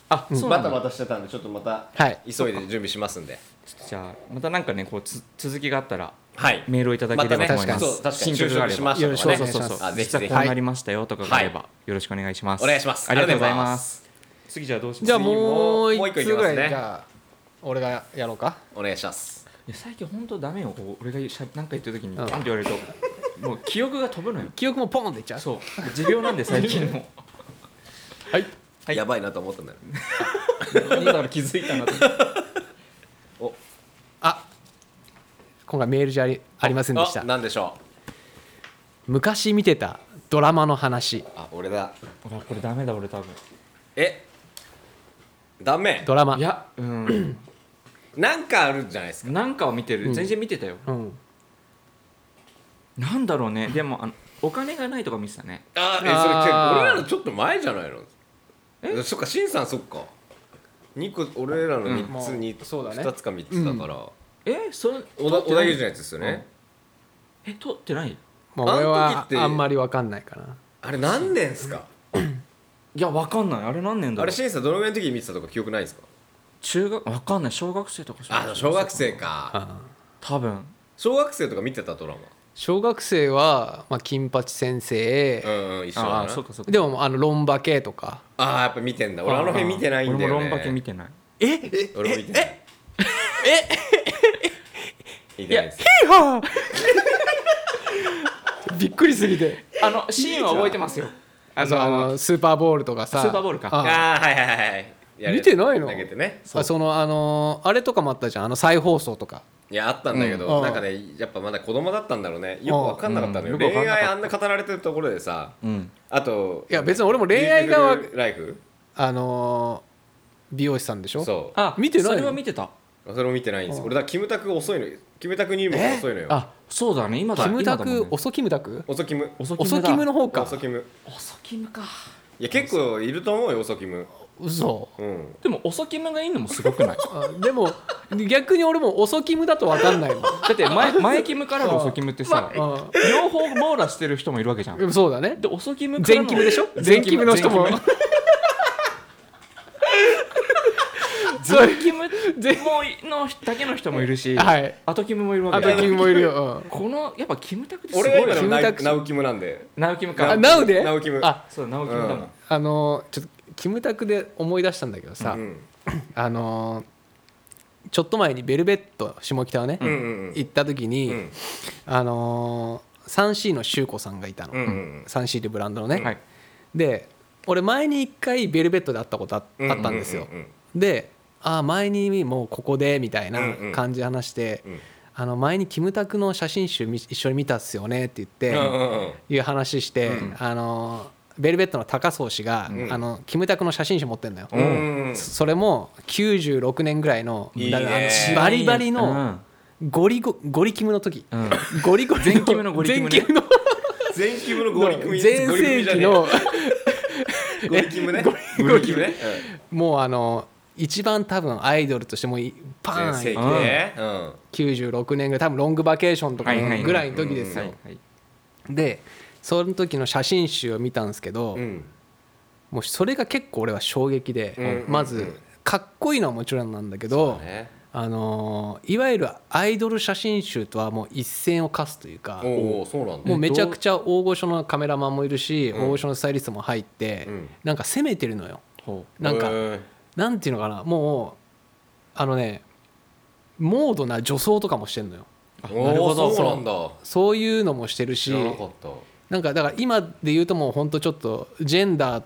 [SPEAKER 3] あそうな
[SPEAKER 2] バ
[SPEAKER 3] んだ
[SPEAKER 2] タバタしてたんでちょっとまた
[SPEAKER 1] はい
[SPEAKER 2] 急いで準備しますんで
[SPEAKER 3] じゃあまたなんかねこうつ続きがあったら
[SPEAKER 2] はい
[SPEAKER 3] メールをいただければと思い
[SPEAKER 2] ま
[SPEAKER 3] ま
[SPEAKER 2] たね
[SPEAKER 3] す、
[SPEAKER 2] そう確かに
[SPEAKER 3] 進捗があれば
[SPEAKER 2] 就職しましたとか
[SPEAKER 1] よ
[SPEAKER 2] ね
[SPEAKER 1] ろしくお願いします
[SPEAKER 3] そうそうそう
[SPEAKER 2] あぜひ
[SPEAKER 3] 実は
[SPEAKER 2] ぜひ
[SPEAKER 3] こうなりましたよとかがあれば、
[SPEAKER 2] は
[SPEAKER 3] よろしくお願いします
[SPEAKER 2] お願いします
[SPEAKER 3] ありがとうござい
[SPEAKER 2] ありが
[SPEAKER 3] ま
[SPEAKER 2] とうございます
[SPEAKER 3] 次じゃあどうします
[SPEAKER 1] じゃあ
[SPEAKER 3] う
[SPEAKER 1] もう
[SPEAKER 2] もう一
[SPEAKER 1] 一
[SPEAKER 2] 個い
[SPEAKER 1] つ
[SPEAKER 2] きますね
[SPEAKER 1] ぐらいじゃあ俺がやろうか
[SPEAKER 2] お願いします
[SPEAKER 3] いや最近本当ダメよこう俺がしゃなんか言った時に
[SPEAKER 1] う
[SPEAKER 3] パ
[SPEAKER 1] ん
[SPEAKER 3] ンって言われるともう記憶が飛ぶのよ
[SPEAKER 1] 記憶もポンっていっちゃう
[SPEAKER 3] [LAUGHS] そう持病なんで最近も
[SPEAKER 1] はい
[SPEAKER 3] はい
[SPEAKER 2] やばいなと思ったんだよね
[SPEAKER 3] なんだろう気づいた [LAUGHS] なと
[SPEAKER 2] お
[SPEAKER 1] あ今回メールじゃありありませんでした
[SPEAKER 2] あなんでしょ
[SPEAKER 1] 昔見てたドラマの話
[SPEAKER 2] うあ俺だ
[SPEAKER 3] ほらこれダメだ俺多分
[SPEAKER 2] えダメ
[SPEAKER 1] ドラマ
[SPEAKER 3] いやうん
[SPEAKER 2] なんかあるんじゃないですか
[SPEAKER 3] なんかを見てる全然見てたよ、
[SPEAKER 1] うん
[SPEAKER 3] なんだろうねでもあのお金がないとか見てたね
[SPEAKER 2] あえそれ結
[SPEAKER 1] あー
[SPEAKER 2] 構俺らのちょっと前じゃないのえそっかしんさんそっか二個俺らの
[SPEAKER 3] うん
[SPEAKER 2] 3つに、
[SPEAKER 1] もうそうだね
[SPEAKER 2] 2つか3つだから、
[SPEAKER 3] えそれ
[SPEAKER 2] 小田小田裕二のやつですよね、
[SPEAKER 3] え撮ってない
[SPEAKER 1] まあ、俺
[SPEAKER 2] あの
[SPEAKER 1] は
[SPEAKER 2] 時って
[SPEAKER 1] あんまりわかんないかな
[SPEAKER 2] あれ何年ですか、
[SPEAKER 3] いやわかんないあれ何年だ
[SPEAKER 2] あ
[SPEAKER 3] ろ
[SPEAKER 2] れ
[SPEAKER 3] う
[SPEAKER 2] しんさんどのぐらいの時に見てたとか記憶ないですか
[SPEAKER 3] 中学わかんない小学生とか
[SPEAKER 2] あ小学生か
[SPEAKER 3] 多分
[SPEAKER 2] 小学生とか見てたドラマ
[SPEAKER 1] 小学生は、まあ、金八先
[SPEAKER 2] う
[SPEAKER 1] 生、
[SPEAKER 2] ん、うん、一緒だな
[SPEAKER 3] あ
[SPEAKER 2] あ
[SPEAKER 3] あそうかそうか
[SPEAKER 1] でもあのロンバ系とか
[SPEAKER 2] あーやっぱ見てんだ俺あの辺見てないんだよ、ね、
[SPEAKER 3] 俺もロンバケ見てない
[SPEAKER 1] ええ
[SPEAKER 2] 俺も見てないええ見てないです
[SPEAKER 1] びっくりすぎて
[SPEAKER 3] あのシーンは覚えてますよ
[SPEAKER 1] あのあのスーパーボールとかさ
[SPEAKER 3] スーパーボールか
[SPEAKER 1] あ
[SPEAKER 2] ああはいはいはいはいやる
[SPEAKER 1] 見てないの
[SPEAKER 2] 投げてね
[SPEAKER 1] あそのあのーあれとかもあったじゃんあの再放送とか
[SPEAKER 2] いやあったんだけ
[SPEAKER 1] うんあ
[SPEAKER 2] ど、
[SPEAKER 1] あ
[SPEAKER 2] なんかねやっぱまだ子供だったんだろうねよく分かんなかったのよ、
[SPEAKER 3] うんよく
[SPEAKER 2] 恋
[SPEAKER 3] わかんなかっ
[SPEAKER 2] 愛
[SPEAKER 3] た
[SPEAKER 2] あんな語られてるところでさ、
[SPEAKER 3] うん
[SPEAKER 2] あと
[SPEAKER 1] いや別に俺も恋愛がわ
[SPEAKER 2] ビューティフルライフ
[SPEAKER 1] あのー美容師さんでしょ
[SPEAKER 2] そう
[SPEAKER 3] あ
[SPEAKER 1] 見てないの
[SPEAKER 3] それは見てた
[SPEAKER 2] それも見てないんです俺だからキムタク遅いのキムタク入門が遅いのよ
[SPEAKER 3] あそうだね今だ
[SPEAKER 1] キムタ
[SPEAKER 3] 今だもん
[SPEAKER 1] ク
[SPEAKER 3] ね
[SPEAKER 1] 遅キムタク
[SPEAKER 2] 遅キム
[SPEAKER 3] 遅
[SPEAKER 1] 遅キムの方か
[SPEAKER 2] 遅キム
[SPEAKER 3] 遅キムか
[SPEAKER 2] いや結構いると思うよ遅キム
[SPEAKER 1] 嘘
[SPEAKER 2] うん
[SPEAKER 3] でも遅キムがいいのもすごくない
[SPEAKER 1] あでも逆に俺も遅キムだと分かんないもん
[SPEAKER 3] だって前前キムからの遅キムってさ
[SPEAKER 1] あ
[SPEAKER 3] 両方網羅してる人もいるわけじゃん
[SPEAKER 1] うんそうだね
[SPEAKER 3] で遅キムからの [LAUGHS]
[SPEAKER 1] 全キムでしょ全キムの人も
[SPEAKER 3] 全キムズッキムもうのだけの人もいるし、
[SPEAKER 1] はい
[SPEAKER 3] アトキムもいるわ
[SPEAKER 1] あ
[SPEAKER 3] け
[SPEAKER 1] と
[SPEAKER 3] だ
[SPEAKER 1] 君もいるよ、
[SPEAKER 3] このやっぱキムタクってすご
[SPEAKER 2] 俺
[SPEAKER 3] いよ
[SPEAKER 2] が今の
[SPEAKER 1] キム
[SPEAKER 2] ナ
[SPEAKER 1] タ
[SPEAKER 2] ウ
[SPEAKER 1] ク
[SPEAKER 2] ナウキムなんで
[SPEAKER 3] ナウキム
[SPEAKER 1] うん、あ
[SPEAKER 3] か
[SPEAKER 1] なおで
[SPEAKER 2] ナウキム
[SPEAKER 1] あ
[SPEAKER 3] そうナウキムだもん、
[SPEAKER 2] うん
[SPEAKER 1] あのちょっとキムタクで思い出したんだけどさ、
[SPEAKER 2] うん
[SPEAKER 1] あのーちょっと前にベルベット下北をね、
[SPEAKER 2] うんうん
[SPEAKER 1] 行った時に、
[SPEAKER 2] うん
[SPEAKER 1] あのー 3C の修子さんがいたの、
[SPEAKER 2] うんうん
[SPEAKER 1] 3C ってブランドのね、
[SPEAKER 3] はい
[SPEAKER 1] で俺前に1回ベルベットで会ったことあ
[SPEAKER 2] うん
[SPEAKER 1] あったんですよ、
[SPEAKER 2] うんうん
[SPEAKER 1] でああ前にもうここでみたいな感じで話して、
[SPEAKER 2] うんうん
[SPEAKER 1] あの前にキムタクの写真集み一緒に見たっすよねって言って、
[SPEAKER 2] うんうんうん
[SPEAKER 1] いう話して、あのベルベットの高荘氏が、
[SPEAKER 2] ん
[SPEAKER 1] あのキムタクの写真集持ってんだよ、
[SPEAKER 2] うんうん
[SPEAKER 1] そそれも96年ぐらいの
[SPEAKER 2] いいね
[SPEAKER 1] だからあのバリバリのゴリゴゴリキムの時、
[SPEAKER 3] うん、うん
[SPEAKER 1] ゴリゴリの
[SPEAKER 3] 前キムのゴリキムね
[SPEAKER 1] 前キムの
[SPEAKER 2] 全キムのゴリキム
[SPEAKER 1] 全盛期の
[SPEAKER 2] ゴリキムねゴリキムね
[SPEAKER 1] もうあの一番多分アイドルとしてもういパ
[SPEAKER 2] 全盛期
[SPEAKER 1] ーン
[SPEAKER 2] ねうん
[SPEAKER 1] 96年ぐらい多分ロングバケーションとか
[SPEAKER 3] はいはい
[SPEAKER 1] ぐらいの時ですよ、
[SPEAKER 3] はいはい
[SPEAKER 1] でその時の写真集を見たんですけど、
[SPEAKER 2] うん
[SPEAKER 1] もうそれが結構俺は衝撃で、
[SPEAKER 2] うんうんうん
[SPEAKER 1] まずかっこいいのはもちろんなんだけど
[SPEAKER 2] ね
[SPEAKER 1] あのーいわゆるアイドル写真集とはもう一線を画すというか
[SPEAKER 2] おおそうなんだ
[SPEAKER 1] もうめちゃくちゃ大御所のカメラマンもいるし、大御所のスタイリストも入って、
[SPEAKER 2] うん
[SPEAKER 1] なんか攻めてるのよ
[SPEAKER 3] ほ
[SPEAKER 1] なんか、
[SPEAKER 2] うん
[SPEAKER 1] なんていうのかなもうあのねモードな女装とかもしてるのよ
[SPEAKER 2] お
[SPEAKER 3] なる
[SPEAKER 2] お
[SPEAKER 3] ほど
[SPEAKER 2] そうなんだ
[SPEAKER 1] そういうのもしてるし
[SPEAKER 2] 知らなかった
[SPEAKER 1] なんかだから今で言うともうほんとちょっとジェンダーっ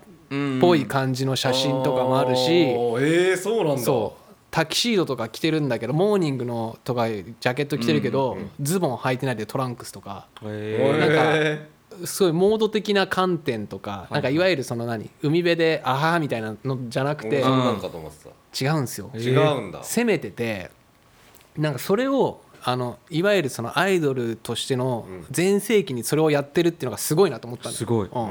[SPEAKER 3] う
[SPEAKER 1] ぽい感じの写真とかもあるし、
[SPEAKER 2] おーえーそうなんだ
[SPEAKER 1] そうタキシードとか着てるんだけどモーニングのとかジャケット着てるけど、ズボン履いてないでトランクスとか
[SPEAKER 3] へ
[SPEAKER 1] なんか
[SPEAKER 2] へ
[SPEAKER 1] すごいモード的な観点とか、なんかいわゆるその何海辺であはーみたいなのじゃなく
[SPEAKER 2] ー
[SPEAKER 1] て
[SPEAKER 2] 俺そんなんかと思ってた
[SPEAKER 1] 違うんですよ、
[SPEAKER 2] 違うんだ
[SPEAKER 1] 攻めててなんかそれをあのいわゆるそのアイドルとしての全盛期にそれをやってるっていうのがすごいなと思ったん
[SPEAKER 3] すごい
[SPEAKER 1] うん、
[SPEAKER 2] う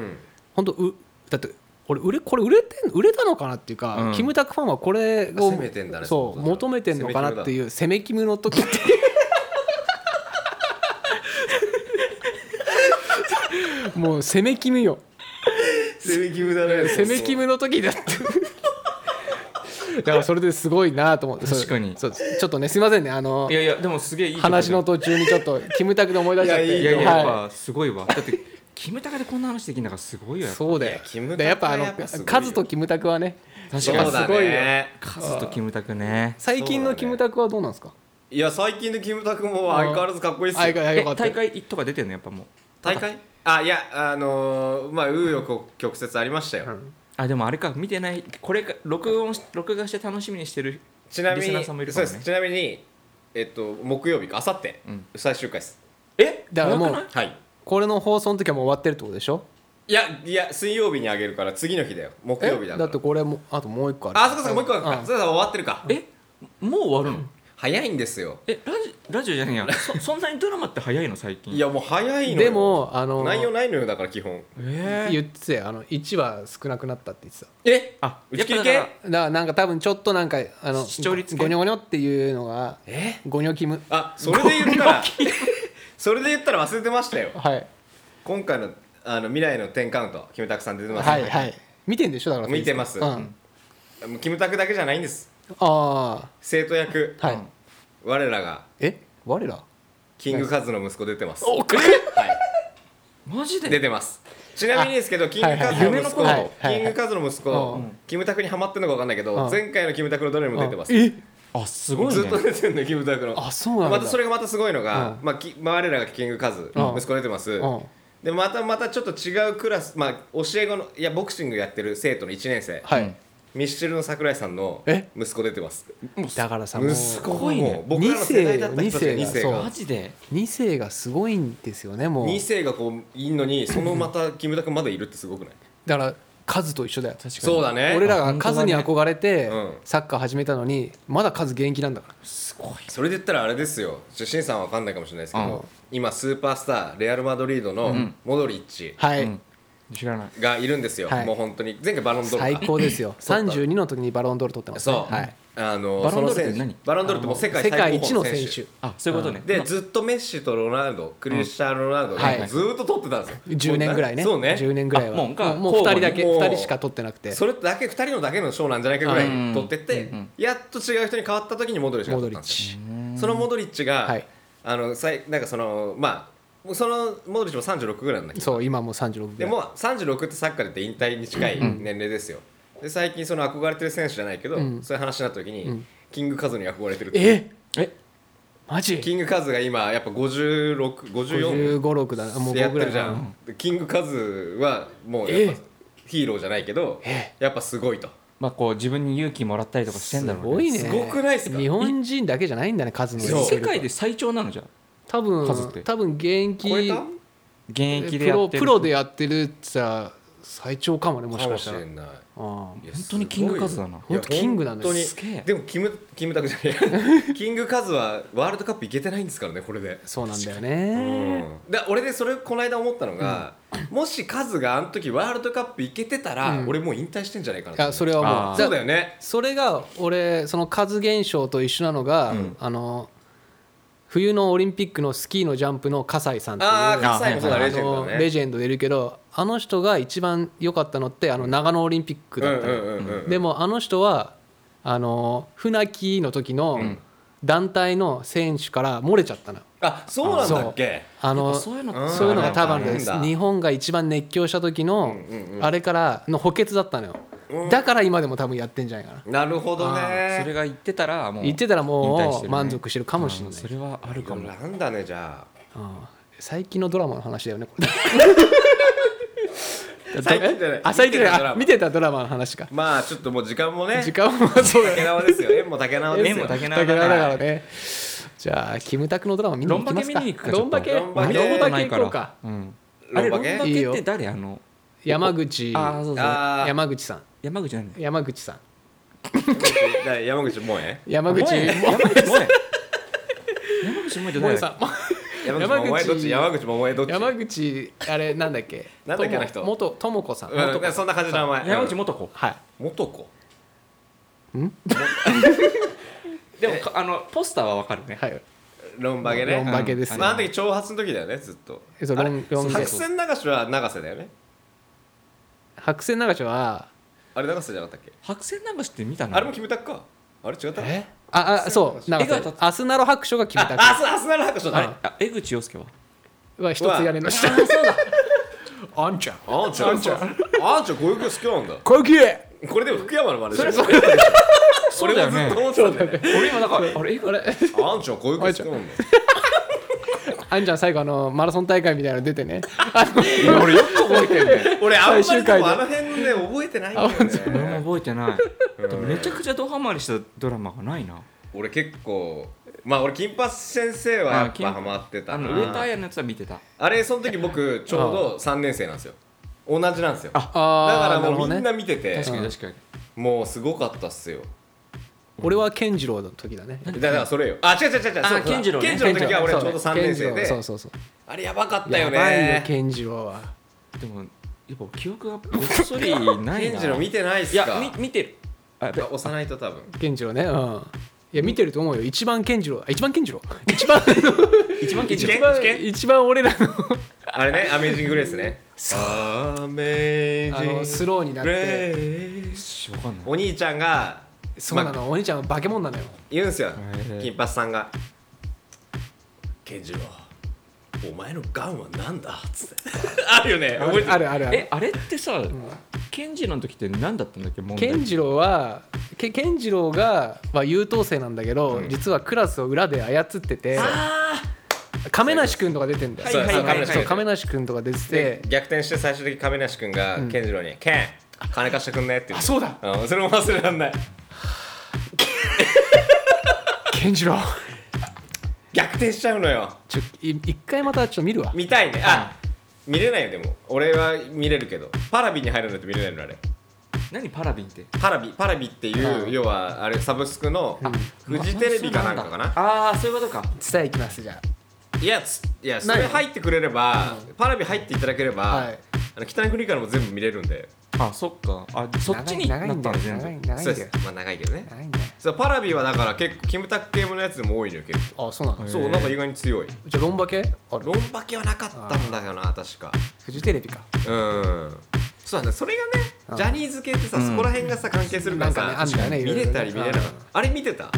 [SPEAKER 2] ん
[SPEAKER 1] 本当うだって俺売れこれ売れてん売れたのかなっていうか、
[SPEAKER 3] うん
[SPEAKER 1] キムタクファンはこれを
[SPEAKER 2] 攻めてんだね
[SPEAKER 1] そ
[SPEAKER 2] そう
[SPEAKER 1] う
[SPEAKER 2] だね
[SPEAKER 1] 求めてんのかなっていう攻めキムの時って
[SPEAKER 2] [LAUGHS]
[SPEAKER 1] もう攻めキムよ
[SPEAKER 2] 攻めキムだね
[SPEAKER 1] 攻めキムの時だってだからそれですご [LAUGHS] いなと思ってそれ
[SPEAKER 3] 確かに
[SPEAKER 1] そうちょっとねすいませんねあの
[SPEAKER 3] いやいやでもすげえいい曲だよ
[SPEAKER 1] 話の途中にちょっとキムタクで思い出しちゃって
[SPEAKER 2] い
[SPEAKER 3] いやいや
[SPEAKER 1] は
[SPEAKER 3] やっぱすごいわだってキムタクでこんな話できんだからすごいよやっぱ
[SPEAKER 1] そうだ
[SPEAKER 2] い
[SPEAKER 1] よ
[SPEAKER 2] やキムタクは
[SPEAKER 1] でやっぱあの
[SPEAKER 2] やっぱすごいよ
[SPEAKER 1] カズとキムタクはね
[SPEAKER 3] 確
[SPEAKER 2] そう
[SPEAKER 3] かに
[SPEAKER 2] だ
[SPEAKER 1] すごいよ
[SPEAKER 2] ね
[SPEAKER 3] カズとキムタクね
[SPEAKER 1] 最近のキムタクはどうなんですか
[SPEAKER 2] いや最近のキムタクも相変わらずかっこいいっす
[SPEAKER 1] あい
[SPEAKER 2] よ
[SPEAKER 1] や
[SPEAKER 3] え
[SPEAKER 1] よかった
[SPEAKER 3] 大会とか出てんのやっぱもう
[SPEAKER 2] 大会あいやあのーまあ紆余曲折ありましたよ、
[SPEAKER 1] ん
[SPEAKER 3] あでもあれか見てないこれか録音し録画して楽しみにしてる
[SPEAKER 2] ちなみ
[SPEAKER 3] リ
[SPEAKER 2] に
[SPEAKER 3] スナーさんもいるか
[SPEAKER 2] そう
[SPEAKER 3] ら
[SPEAKER 2] で
[SPEAKER 3] ね
[SPEAKER 2] すちなみにえっと木曜日かあさって
[SPEAKER 3] ん
[SPEAKER 2] 最終回です
[SPEAKER 3] え
[SPEAKER 1] だからもう
[SPEAKER 3] 早くない
[SPEAKER 2] はい
[SPEAKER 1] これの放送の時はもう終わってるってことでしょ
[SPEAKER 2] いやいや水曜日にあげるから次の日だよ木曜日
[SPEAKER 1] え
[SPEAKER 2] だから
[SPEAKER 1] だってこれもあともう一個ある
[SPEAKER 2] あそっかそっかもう一個あるか
[SPEAKER 1] うん
[SPEAKER 2] そうだ終わってるか
[SPEAKER 3] えもう終わるの
[SPEAKER 2] 早いんですよ
[SPEAKER 3] えラジラジオじゃねえやそそんなにドラマって早いの最近
[SPEAKER 2] いやもう早いのよ
[SPEAKER 1] でもあの
[SPEAKER 2] 内容ないのよだから基本
[SPEAKER 3] えー
[SPEAKER 1] 言ってたよあの1は少なくなったって言ってた
[SPEAKER 2] え
[SPEAKER 3] あ
[SPEAKER 2] 打ち切り
[SPEAKER 3] やっ
[SPEAKER 2] 系
[SPEAKER 3] ぱ
[SPEAKER 1] だからなんか多分ちょっとなんかあの
[SPEAKER 3] 視聴率系
[SPEAKER 1] ゴニョゴニョっていうのが
[SPEAKER 2] え
[SPEAKER 1] ゴニョキム
[SPEAKER 2] あそれで言ったら [LAUGHS] それで言ったら忘れてましたよ
[SPEAKER 1] はい
[SPEAKER 2] 今回のあの未来の10カウントキムタクさん出てますね
[SPEAKER 1] はいはい見てんでしょだから
[SPEAKER 2] 見てます
[SPEAKER 1] うん、
[SPEAKER 2] もうキムタクだけじゃないんです
[SPEAKER 1] あ
[SPEAKER 2] 生徒役
[SPEAKER 1] あはい、
[SPEAKER 3] うん
[SPEAKER 2] 我らが
[SPEAKER 1] え我ら
[SPEAKER 2] キングカズの息子出てます
[SPEAKER 1] お
[SPEAKER 3] マジで
[SPEAKER 2] 出てますちなみにですけどキングカズの息子、
[SPEAKER 1] はいはいはい
[SPEAKER 2] キングカズの息子、
[SPEAKER 1] うん
[SPEAKER 2] キムタクにハマってんのか分かんないけど、
[SPEAKER 1] うん
[SPEAKER 2] 前回のキムタクのどれにも出てます、
[SPEAKER 1] え
[SPEAKER 3] あすごい
[SPEAKER 2] ずっ
[SPEAKER 3] ね
[SPEAKER 2] と出てんのキムタクの
[SPEAKER 1] あそうなんだ
[SPEAKER 2] またそれがまたすごいのが、
[SPEAKER 1] う
[SPEAKER 2] まあ、きまあ我らがキングカズ、
[SPEAKER 1] うん
[SPEAKER 2] 息子出てます、
[SPEAKER 1] うん
[SPEAKER 2] でまたまたちょっと違うクラス、まあ、教え子のいやボクシングやってる生徒の1年生、
[SPEAKER 1] はい、
[SPEAKER 3] うん
[SPEAKER 2] ミスチルの桜井さんの
[SPEAKER 1] え
[SPEAKER 2] 息子出てます
[SPEAKER 1] だからさもう
[SPEAKER 2] 息子
[SPEAKER 3] ごいね
[SPEAKER 2] もう僕らの世代だった人たちが
[SPEAKER 1] 二
[SPEAKER 2] 2
[SPEAKER 1] 世
[SPEAKER 2] 世
[SPEAKER 1] よ
[SPEAKER 2] が
[SPEAKER 3] マジで
[SPEAKER 1] 2世がすごいんですよねもう
[SPEAKER 2] 2世がこういんの
[SPEAKER 1] [LAUGHS]
[SPEAKER 2] にそのまたキムタクまだいるってすごくない
[SPEAKER 1] だからカズと一緒だよ
[SPEAKER 3] 確かに
[SPEAKER 2] そうだね
[SPEAKER 1] 俺らがカズに
[SPEAKER 3] あ本
[SPEAKER 1] 憧れて、
[SPEAKER 2] うん
[SPEAKER 1] サッカー始めたのにまだカズ現役なんだから
[SPEAKER 3] すごい
[SPEAKER 2] それで言ったらあれですよちょシンさんわかんないかもしれないですけ
[SPEAKER 3] うん
[SPEAKER 2] ど今スーパースターレアル・マドリードのモドリッチ、
[SPEAKER 1] はい、
[SPEAKER 3] うん知らない
[SPEAKER 2] がいるんですよ、
[SPEAKER 1] はい
[SPEAKER 2] もう本当に前回バロンドールか
[SPEAKER 1] 最高ですよ
[SPEAKER 2] [LAUGHS] そうだ
[SPEAKER 1] 32の時にバロンドール取ってますね、
[SPEAKER 2] そう、
[SPEAKER 1] はい、
[SPEAKER 2] あの
[SPEAKER 3] バロンドール
[SPEAKER 2] その選
[SPEAKER 3] って
[SPEAKER 2] 手
[SPEAKER 3] 何
[SPEAKER 2] バロンドールってもう世界
[SPEAKER 1] 世
[SPEAKER 2] 最高
[SPEAKER 1] 界
[SPEAKER 2] 峰
[SPEAKER 1] 一の選手
[SPEAKER 3] あそういうことね
[SPEAKER 2] でずっとメッシとロナウドクリスチャーロナウド
[SPEAKER 1] はい
[SPEAKER 2] がずっと取ってたんですよ、
[SPEAKER 1] 10年ぐらいね
[SPEAKER 2] そうね
[SPEAKER 1] 10年ぐらいは
[SPEAKER 3] あもうか
[SPEAKER 1] もう2人だけ
[SPEAKER 2] 交互
[SPEAKER 1] 2
[SPEAKER 2] に
[SPEAKER 1] 人しか取ってなくて
[SPEAKER 2] それだけ2人のだけの賞なんじゃないかぐらい
[SPEAKER 3] うん
[SPEAKER 2] 取ってって、
[SPEAKER 3] うんうん
[SPEAKER 2] やっと違う人に変わった時にモドリッチが
[SPEAKER 1] モド
[SPEAKER 2] 取っ
[SPEAKER 1] リッ
[SPEAKER 2] たんですよ
[SPEAKER 1] チ
[SPEAKER 2] そのモドリッチが、
[SPEAKER 1] はい
[SPEAKER 2] あのさいなんかそのまあそのモドリッチも36ぐらいなんだけど
[SPEAKER 1] そう今もう36ぐ
[SPEAKER 2] で
[SPEAKER 1] らい
[SPEAKER 2] も36ってサッカーで言って引退に近い年齢ですよ、で最近その憧れてる選手じゃないけど、
[SPEAKER 1] うん
[SPEAKER 2] そういう話になった時に、
[SPEAKER 1] うん
[SPEAKER 2] キングカズに憧れてるって
[SPEAKER 1] ええマジ
[SPEAKER 2] キングカズが今やっぱ5654
[SPEAKER 1] ?556 だなもう
[SPEAKER 2] や
[SPEAKER 1] 5
[SPEAKER 2] っ
[SPEAKER 1] ぐ
[SPEAKER 2] て
[SPEAKER 1] ら
[SPEAKER 2] る
[SPEAKER 1] い
[SPEAKER 2] じ
[SPEAKER 1] だな
[SPEAKER 2] ゃ
[SPEAKER 1] ん
[SPEAKER 2] キングカズはもうやっ
[SPEAKER 1] え
[SPEAKER 2] ぱヒーローじゃないけど
[SPEAKER 1] え
[SPEAKER 2] やっぱすごいと
[SPEAKER 3] まあこう自分に勇気もらったりとかしてんだ
[SPEAKER 1] す
[SPEAKER 3] ろう
[SPEAKER 1] ごいね
[SPEAKER 2] すごくないっすか
[SPEAKER 1] 日本人だけじゃないんだね数の
[SPEAKER 2] そう
[SPEAKER 3] 世界で最長なのじゃん
[SPEAKER 1] 多
[SPEAKER 3] 数って
[SPEAKER 1] 分多分現役
[SPEAKER 2] 超えた
[SPEAKER 3] 現役で
[SPEAKER 1] プ
[SPEAKER 3] や
[SPEAKER 1] ロ
[SPEAKER 3] ってる
[SPEAKER 1] プロでやってるって言ったら最長かもねもし
[SPEAKER 2] か
[SPEAKER 1] か
[SPEAKER 2] も
[SPEAKER 1] し
[SPEAKER 2] した
[SPEAKER 1] ら
[SPEAKER 2] れない
[SPEAKER 1] ああ
[SPEAKER 2] いや
[SPEAKER 3] 本当にキングカズだな
[SPEAKER 2] すごいよ
[SPEAKER 1] 本当キングなんだよ
[SPEAKER 2] いや
[SPEAKER 1] す
[SPEAKER 2] 本当
[SPEAKER 1] げえ
[SPEAKER 2] にでもキムキムタクじゃね
[SPEAKER 1] [LAUGHS]
[SPEAKER 2] えキングカズはワールドカップいけてないんですからねこれで
[SPEAKER 1] そうなんだよね
[SPEAKER 2] うんだ俺でそれこの間思ったのが、もしカズがあの時ワールドカップ行けてたら、
[SPEAKER 1] うん
[SPEAKER 2] 俺もう引退してんじゃないかない
[SPEAKER 1] やそれはも
[SPEAKER 3] あ
[SPEAKER 1] う
[SPEAKER 3] ー
[SPEAKER 1] じゃ
[SPEAKER 2] そうだよね
[SPEAKER 1] それが俺その数現象と一緒なのが、
[SPEAKER 3] うん
[SPEAKER 1] あの冬のオリンピックのスキーのジャンプの葛西さんっていう
[SPEAKER 2] ああ
[SPEAKER 3] ー
[SPEAKER 2] 葛西もそうだ
[SPEAKER 3] はいは
[SPEAKER 2] レ
[SPEAKER 3] い
[SPEAKER 2] ジェンドだ
[SPEAKER 1] の
[SPEAKER 2] ね
[SPEAKER 1] レジェンドでいるけどあの人が一番良かったのってあの長野オリンピックだったのよ、
[SPEAKER 2] うんうんうんうん
[SPEAKER 1] でもあの人はあの船木の時の
[SPEAKER 2] ん
[SPEAKER 1] 団体の選手から漏れちゃったのよ
[SPEAKER 2] あそうなんだっけ
[SPEAKER 1] あ
[SPEAKER 3] やっ
[SPEAKER 1] の
[SPEAKER 3] ぱそういうの
[SPEAKER 2] うん
[SPEAKER 1] そういうのが多分あるんです
[SPEAKER 2] そうなんだ
[SPEAKER 1] 日本が一番熱狂した時の
[SPEAKER 2] うんうんうん
[SPEAKER 1] あれからの補欠だったのよ
[SPEAKER 2] うん
[SPEAKER 1] だから今でも多分やってんじゃないかな
[SPEAKER 2] なるほど
[SPEAKER 3] あー
[SPEAKER 2] ね
[SPEAKER 3] それが言ってたらもう
[SPEAKER 1] 言ってたら
[SPEAKER 3] 引退し
[SPEAKER 1] も
[SPEAKER 3] て
[SPEAKER 1] う
[SPEAKER 3] るね
[SPEAKER 1] 満足してるかもしれ
[SPEAKER 3] うん
[SPEAKER 1] ない
[SPEAKER 3] それはあるかも
[SPEAKER 2] なんだねじゃあ
[SPEAKER 1] うん最近のドラマの話だよねこれ
[SPEAKER 2] 最近じゃない
[SPEAKER 1] あ最近じゃ
[SPEAKER 2] 見てたド
[SPEAKER 1] ない
[SPEAKER 2] ラ
[SPEAKER 1] あ見てたドラマ
[SPEAKER 2] マ
[SPEAKER 1] の話か
[SPEAKER 2] まあちょっともう時間もね
[SPEAKER 1] 時間もそうだ
[SPEAKER 2] 竹縄ですよ縁も竹縄ですよ
[SPEAKER 3] 縁も竹縄
[SPEAKER 1] だからねじゃあキムタクのドラマ見に行きますか
[SPEAKER 3] ロンバケ見に行くか
[SPEAKER 1] ロンバケ
[SPEAKER 2] ちょっと
[SPEAKER 1] あ
[SPEAKER 2] ロ
[SPEAKER 1] ロ
[SPEAKER 2] ン
[SPEAKER 1] ン
[SPEAKER 2] バ
[SPEAKER 1] バ
[SPEAKER 3] な
[SPEAKER 1] ケ
[SPEAKER 3] い
[SPEAKER 1] 行
[SPEAKER 3] か
[SPEAKER 1] こ
[SPEAKER 3] ら
[SPEAKER 1] うか
[SPEAKER 3] うんあ
[SPEAKER 2] ロ
[SPEAKER 3] れ
[SPEAKER 2] ン
[SPEAKER 3] ロ
[SPEAKER 2] バ
[SPEAKER 3] ンバ
[SPEAKER 2] ケ
[SPEAKER 3] ケって誰あの
[SPEAKER 1] 山口
[SPEAKER 3] ああそうそう
[SPEAKER 2] あー
[SPEAKER 1] 山口さん
[SPEAKER 3] 山口なんだよ
[SPEAKER 1] 山口さん
[SPEAKER 2] 誰山口萌え
[SPEAKER 1] 山口
[SPEAKER 3] 萌え山口萌え山口萌えって
[SPEAKER 1] 萌え
[SPEAKER 3] 誰だ
[SPEAKER 1] さ
[SPEAKER 3] っ
[SPEAKER 1] ん
[SPEAKER 2] 山口萌えどっち山口萌えどっち
[SPEAKER 1] 山口あれなんだっけ
[SPEAKER 2] [LAUGHS] なんだっけあの人
[SPEAKER 1] とも元とも子さん
[SPEAKER 2] うん
[SPEAKER 1] 元子
[SPEAKER 2] そんな感じの名前
[SPEAKER 3] け山口元子
[SPEAKER 1] はい
[SPEAKER 2] 元子
[SPEAKER 3] でもかあのポスターはわかるね
[SPEAKER 1] はい
[SPEAKER 2] ロンバゲね
[SPEAKER 1] ロンバケですよ
[SPEAKER 2] まああの時挑発の時だよねずっと
[SPEAKER 1] えそうロンロンバケ
[SPEAKER 2] 白線流しは永瀬だよね
[SPEAKER 1] 白線流しは
[SPEAKER 2] あれ永瀬じゃなかったっけ
[SPEAKER 3] 白線流しって見たの
[SPEAKER 2] あれもキムタクかあれ違った
[SPEAKER 1] えああそうなん
[SPEAKER 3] 江川
[SPEAKER 1] か
[SPEAKER 3] 達
[SPEAKER 1] アスナロ白書が決めた
[SPEAKER 2] あそうアスナル白書だね
[SPEAKER 3] あ江口洋介は
[SPEAKER 1] は一つ屋 [LAUGHS] 根の下あんちゃん
[SPEAKER 2] あんちゃんあんちゃんあんちゃんこういう曲好きなんだ
[SPEAKER 1] 小池
[SPEAKER 2] これでも福山の真似でしょ [LAUGHS]
[SPEAKER 3] そうだよ
[SPEAKER 2] ずっ
[SPEAKER 3] ね
[SPEAKER 2] と思ってたんだよね
[SPEAKER 3] 俺今なんかあれ江口
[SPEAKER 2] あんちゃんこういう曲好きなんだ
[SPEAKER 1] あんちゃん最後あのマラソン大会みたいなの出てね
[SPEAKER 3] 俺よく覚えてるね
[SPEAKER 2] 俺あんまり
[SPEAKER 1] 最終
[SPEAKER 2] で
[SPEAKER 1] 回
[SPEAKER 2] も
[SPEAKER 1] で
[SPEAKER 2] あの辺ね覚えてないんだよ
[SPEAKER 3] 俺も
[SPEAKER 2] ね
[SPEAKER 3] 覚えてないでもめちゃくちゃドハマりしたドラマがないな
[SPEAKER 2] 俺結構まあ俺金八先生はやっぱハマってた
[SPEAKER 3] あ
[SPEAKER 2] な
[SPEAKER 3] の上田綾のやつは見てた
[SPEAKER 2] あれその時僕ちょうど3年生なんですよ同じなんですよだか
[SPEAKER 1] あ
[SPEAKER 2] ら
[SPEAKER 1] あなる
[SPEAKER 2] も
[SPEAKER 1] ほ
[SPEAKER 2] う
[SPEAKER 1] ど
[SPEAKER 2] みん
[SPEAKER 1] ね
[SPEAKER 2] な見てて
[SPEAKER 3] 確かに確かに
[SPEAKER 2] もうすごかったっすよ
[SPEAKER 1] 俺は健次郎の時だね
[SPEAKER 2] だだからそれよあ違う違う違う違うそう
[SPEAKER 3] 健次郎ね
[SPEAKER 2] 健次郎の時は俺ちょうど3年生
[SPEAKER 1] 健次郎そう
[SPEAKER 2] で
[SPEAKER 1] そうそう
[SPEAKER 2] あれやばかった
[SPEAKER 1] や
[SPEAKER 2] よ
[SPEAKER 1] ばいよ
[SPEAKER 2] ね
[SPEAKER 1] 健次郎は
[SPEAKER 3] でもやっぱ記憶がごっそりない
[SPEAKER 2] 健
[SPEAKER 3] な
[SPEAKER 2] 次郎見てないっ
[SPEAKER 3] い
[SPEAKER 2] すか
[SPEAKER 3] やみ見てるあやべ
[SPEAKER 2] 押さないと多分
[SPEAKER 1] 健次郎ねうんいや見てると思うよ一番健次郎あ一番健次郎一番
[SPEAKER 3] 一番健次
[SPEAKER 2] 一
[SPEAKER 3] 郎
[SPEAKER 2] 番
[SPEAKER 1] 一番俺らの
[SPEAKER 2] あれねアメージンググレースねアメ
[SPEAKER 1] あのスローになって
[SPEAKER 2] ース
[SPEAKER 3] しわかんない
[SPEAKER 2] お兄ちゃんが
[SPEAKER 1] そうなのお兄ちゃんは化け物なのよ
[SPEAKER 2] 言うんすよ
[SPEAKER 3] へえ
[SPEAKER 2] 金八さんが「健次郎お前のがんはなんだ?」っつって [LAUGHS] あるよね覚えてる
[SPEAKER 1] あるあるある
[SPEAKER 3] えあれってさ健次郎の時って何だったんだっけ問題
[SPEAKER 1] 健次郎はけ健次郎が、まあ、優等生なんだけど、実はクラスを裏で操ってて亀梨君とか出てんだよ、
[SPEAKER 2] そう
[SPEAKER 3] はいはいはいはい
[SPEAKER 1] そう亀梨君とか出て
[SPEAKER 2] で
[SPEAKER 1] て
[SPEAKER 2] 逆転して最終的に亀梨君が健次郎に「健金貸してくんね」って言
[SPEAKER 1] あそうだ
[SPEAKER 2] うんそれも忘れらんない
[SPEAKER 1] 健次郎
[SPEAKER 2] 逆転しちゃうのよ
[SPEAKER 1] ちょい一回またちょっと見るわ
[SPEAKER 2] 見たいねあ見れないよでも俺は見れるけどパラビに入るのって見れないのあれ
[SPEAKER 3] 何パラビンって
[SPEAKER 2] パラビパラビっていう、
[SPEAKER 1] うん
[SPEAKER 2] 要はあれサブスクのフジテレビかなんかかな、
[SPEAKER 3] ああーそういうことか
[SPEAKER 1] 伝えいきますじゃ
[SPEAKER 2] いやついやそ
[SPEAKER 1] ない
[SPEAKER 2] れ
[SPEAKER 1] の
[SPEAKER 2] 入ってくれれば、パラビ入っていただければ、
[SPEAKER 1] はい
[SPEAKER 2] あの北の国からも全部見れるんで
[SPEAKER 3] あそっかあそっちにな
[SPEAKER 1] 長い
[SPEAKER 3] ったん
[SPEAKER 1] 長
[SPEAKER 3] だ
[SPEAKER 1] いんだよ長い長
[SPEAKER 3] 全部
[SPEAKER 1] い
[SPEAKER 2] そうんで
[SPEAKER 1] だ
[SPEAKER 2] す
[SPEAKER 1] よ
[SPEAKER 2] まあ長いけどね
[SPEAKER 1] 長いんだよ
[SPEAKER 2] そうパラビはだから結構キムタク系のやつでも多いのよ結構
[SPEAKER 1] あそうなの
[SPEAKER 3] へー
[SPEAKER 2] そうなんか意外に強い
[SPEAKER 1] じゃあロンバ系ある
[SPEAKER 2] ロンバケはなかったんだよな確か
[SPEAKER 1] フジテレビか
[SPEAKER 2] うんそうなんだそれが
[SPEAKER 1] うん
[SPEAKER 2] ねジャニーズ系ってさ、
[SPEAKER 3] うん
[SPEAKER 2] そこら辺がさ関係するからさ
[SPEAKER 1] なんかねあんだよね
[SPEAKER 2] 見
[SPEAKER 1] いろいろ
[SPEAKER 2] れ
[SPEAKER 1] ね
[SPEAKER 2] たり見れなかっ
[SPEAKER 1] うん
[SPEAKER 2] たあれ見てた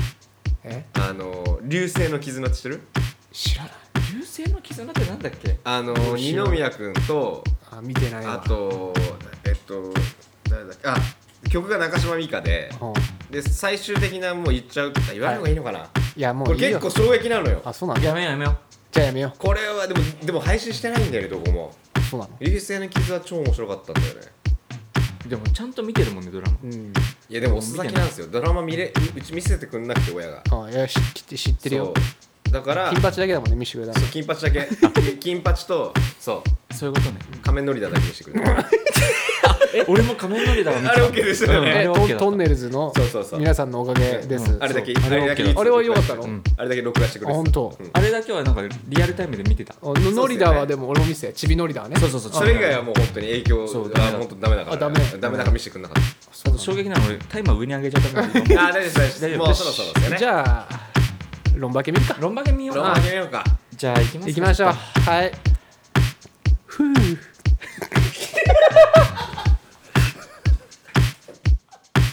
[SPEAKER 1] え
[SPEAKER 2] あの流星の絆って知ってる
[SPEAKER 1] 知らない
[SPEAKER 3] 流星の絆ってなんだっけ
[SPEAKER 2] あの
[SPEAKER 1] どうし
[SPEAKER 2] 二
[SPEAKER 1] よう
[SPEAKER 2] 宮君と
[SPEAKER 1] あ見てないわ
[SPEAKER 2] あとえっと誰だっけあ曲が中島美嘉で
[SPEAKER 1] うん
[SPEAKER 2] で最終的なもう言っちゃう言わない方がいいのかな、
[SPEAKER 1] いやも
[SPEAKER 2] こ
[SPEAKER 1] う
[SPEAKER 2] れ
[SPEAKER 1] いい
[SPEAKER 2] 結
[SPEAKER 1] よ
[SPEAKER 2] 構衝撃なのよ
[SPEAKER 1] あそうなのじ
[SPEAKER 3] やめようやめよ
[SPEAKER 1] ゃあやめよ
[SPEAKER 2] これはでもでも配信してないんだよねどこも
[SPEAKER 1] うそうなの
[SPEAKER 2] 流星の傷は超面白かったんだよね
[SPEAKER 3] うでもちゃんと見てるもんねドラマ
[SPEAKER 1] うん
[SPEAKER 2] いやでもおすだけなんですよドラマ見れうち見せてくんなくて親が
[SPEAKER 1] あいや知知ってるよ
[SPEAKER 2] そうだから
[SPEAKER 1] 金八だけだもんね見せてくれた
[SPEAKER 2] そ
[SPEAKER 1] の
[SPEAKER 2] う金八だけ
[SPEAKER 1] [LAUGHS]
[SPEAKER 2] 金八とそ
[SPEAKER 3] そういうことね
[SPEAKER 2] う仮面ノリダだけにしてくれた
[SPEAKER 3] え俺も仮面ライダーを見
[SPEAKER 2] あれ OK でしたよ
[SPEAKER 3] うんあ
[SPEAKER 2] ね、
[SPEAKER 1] え
[SPEAKER 3] れは
[SPEAKER 1] ト
[SPEAKER 3] OK
[SPEAKER 1] ン
[SPEAKER 3] だった
[SPEAKER 1] トンネルズの
[SPEAKER 2] そうそうそう
[SPEAKER 1] 皆さんのおかげです
[SPEAKER 3] うん
[SPEAKER 2] あれだけ
[SPEAKER 1] そう
[SPEAKER 2] あれだけいつ
[SPEAKER 1] あれは良かったの
[SPEAKER 3] うん
[SPEAKER 2] あれだけ録画してくれ
[SPEAKER 1] あ
[SPEAKER 2] てた
[SPEAKER 1] 本当
[SPEAKER 2] うん
[SPEAKER 3] あれだけはなんかリアルタイムで見てた
[SPEAKER 1] あのノリダーはでも俺も見せてちびノリダーね
[SPEAKER 3] そうそうそう
[SPEAKER 2] それ以外はもう本当に影響
[SPEAKER 3] そう
[SPEAKER 2] は本当ダメだか
[SPEAKER 1] あ
[SPEAKER 2] ら
[SPEAKER 1] ダメ
[SPEAKER 2] ダメだから見せてくんなかっ
[SPEAKER 3] あと衝撃なの俺タイマー上に上げちゃった [LAUGHS] から
[SPEAKER 2] たあー大丈夫です大
[SPEAKER 3] 大
[SPEAKER 2] 丈
[SPEAKER 3] 丈夫
[SPEAKER 2] 夫もうそろそろですよね
[SPEAKER 1] じゃあロンバケ見るか
[SPEAKER 3] ロンバゲ見よう
[SPEAKER 2] ロマンやめようか
[SPEAKER 3] じゃあ行きます
[SPEAKER 1] 行きましょうはいふう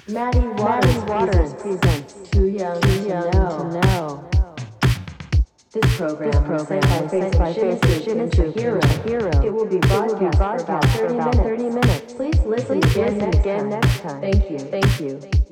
[SPEAKER 4] Maddie Waters, Waters presents Too Young, too young to, know. This program, this program was sent by Faces Shimizu Hero. Hero. It will be broadcast for about 30 minutes. Please listen, again, next time. Thank you. Thank you.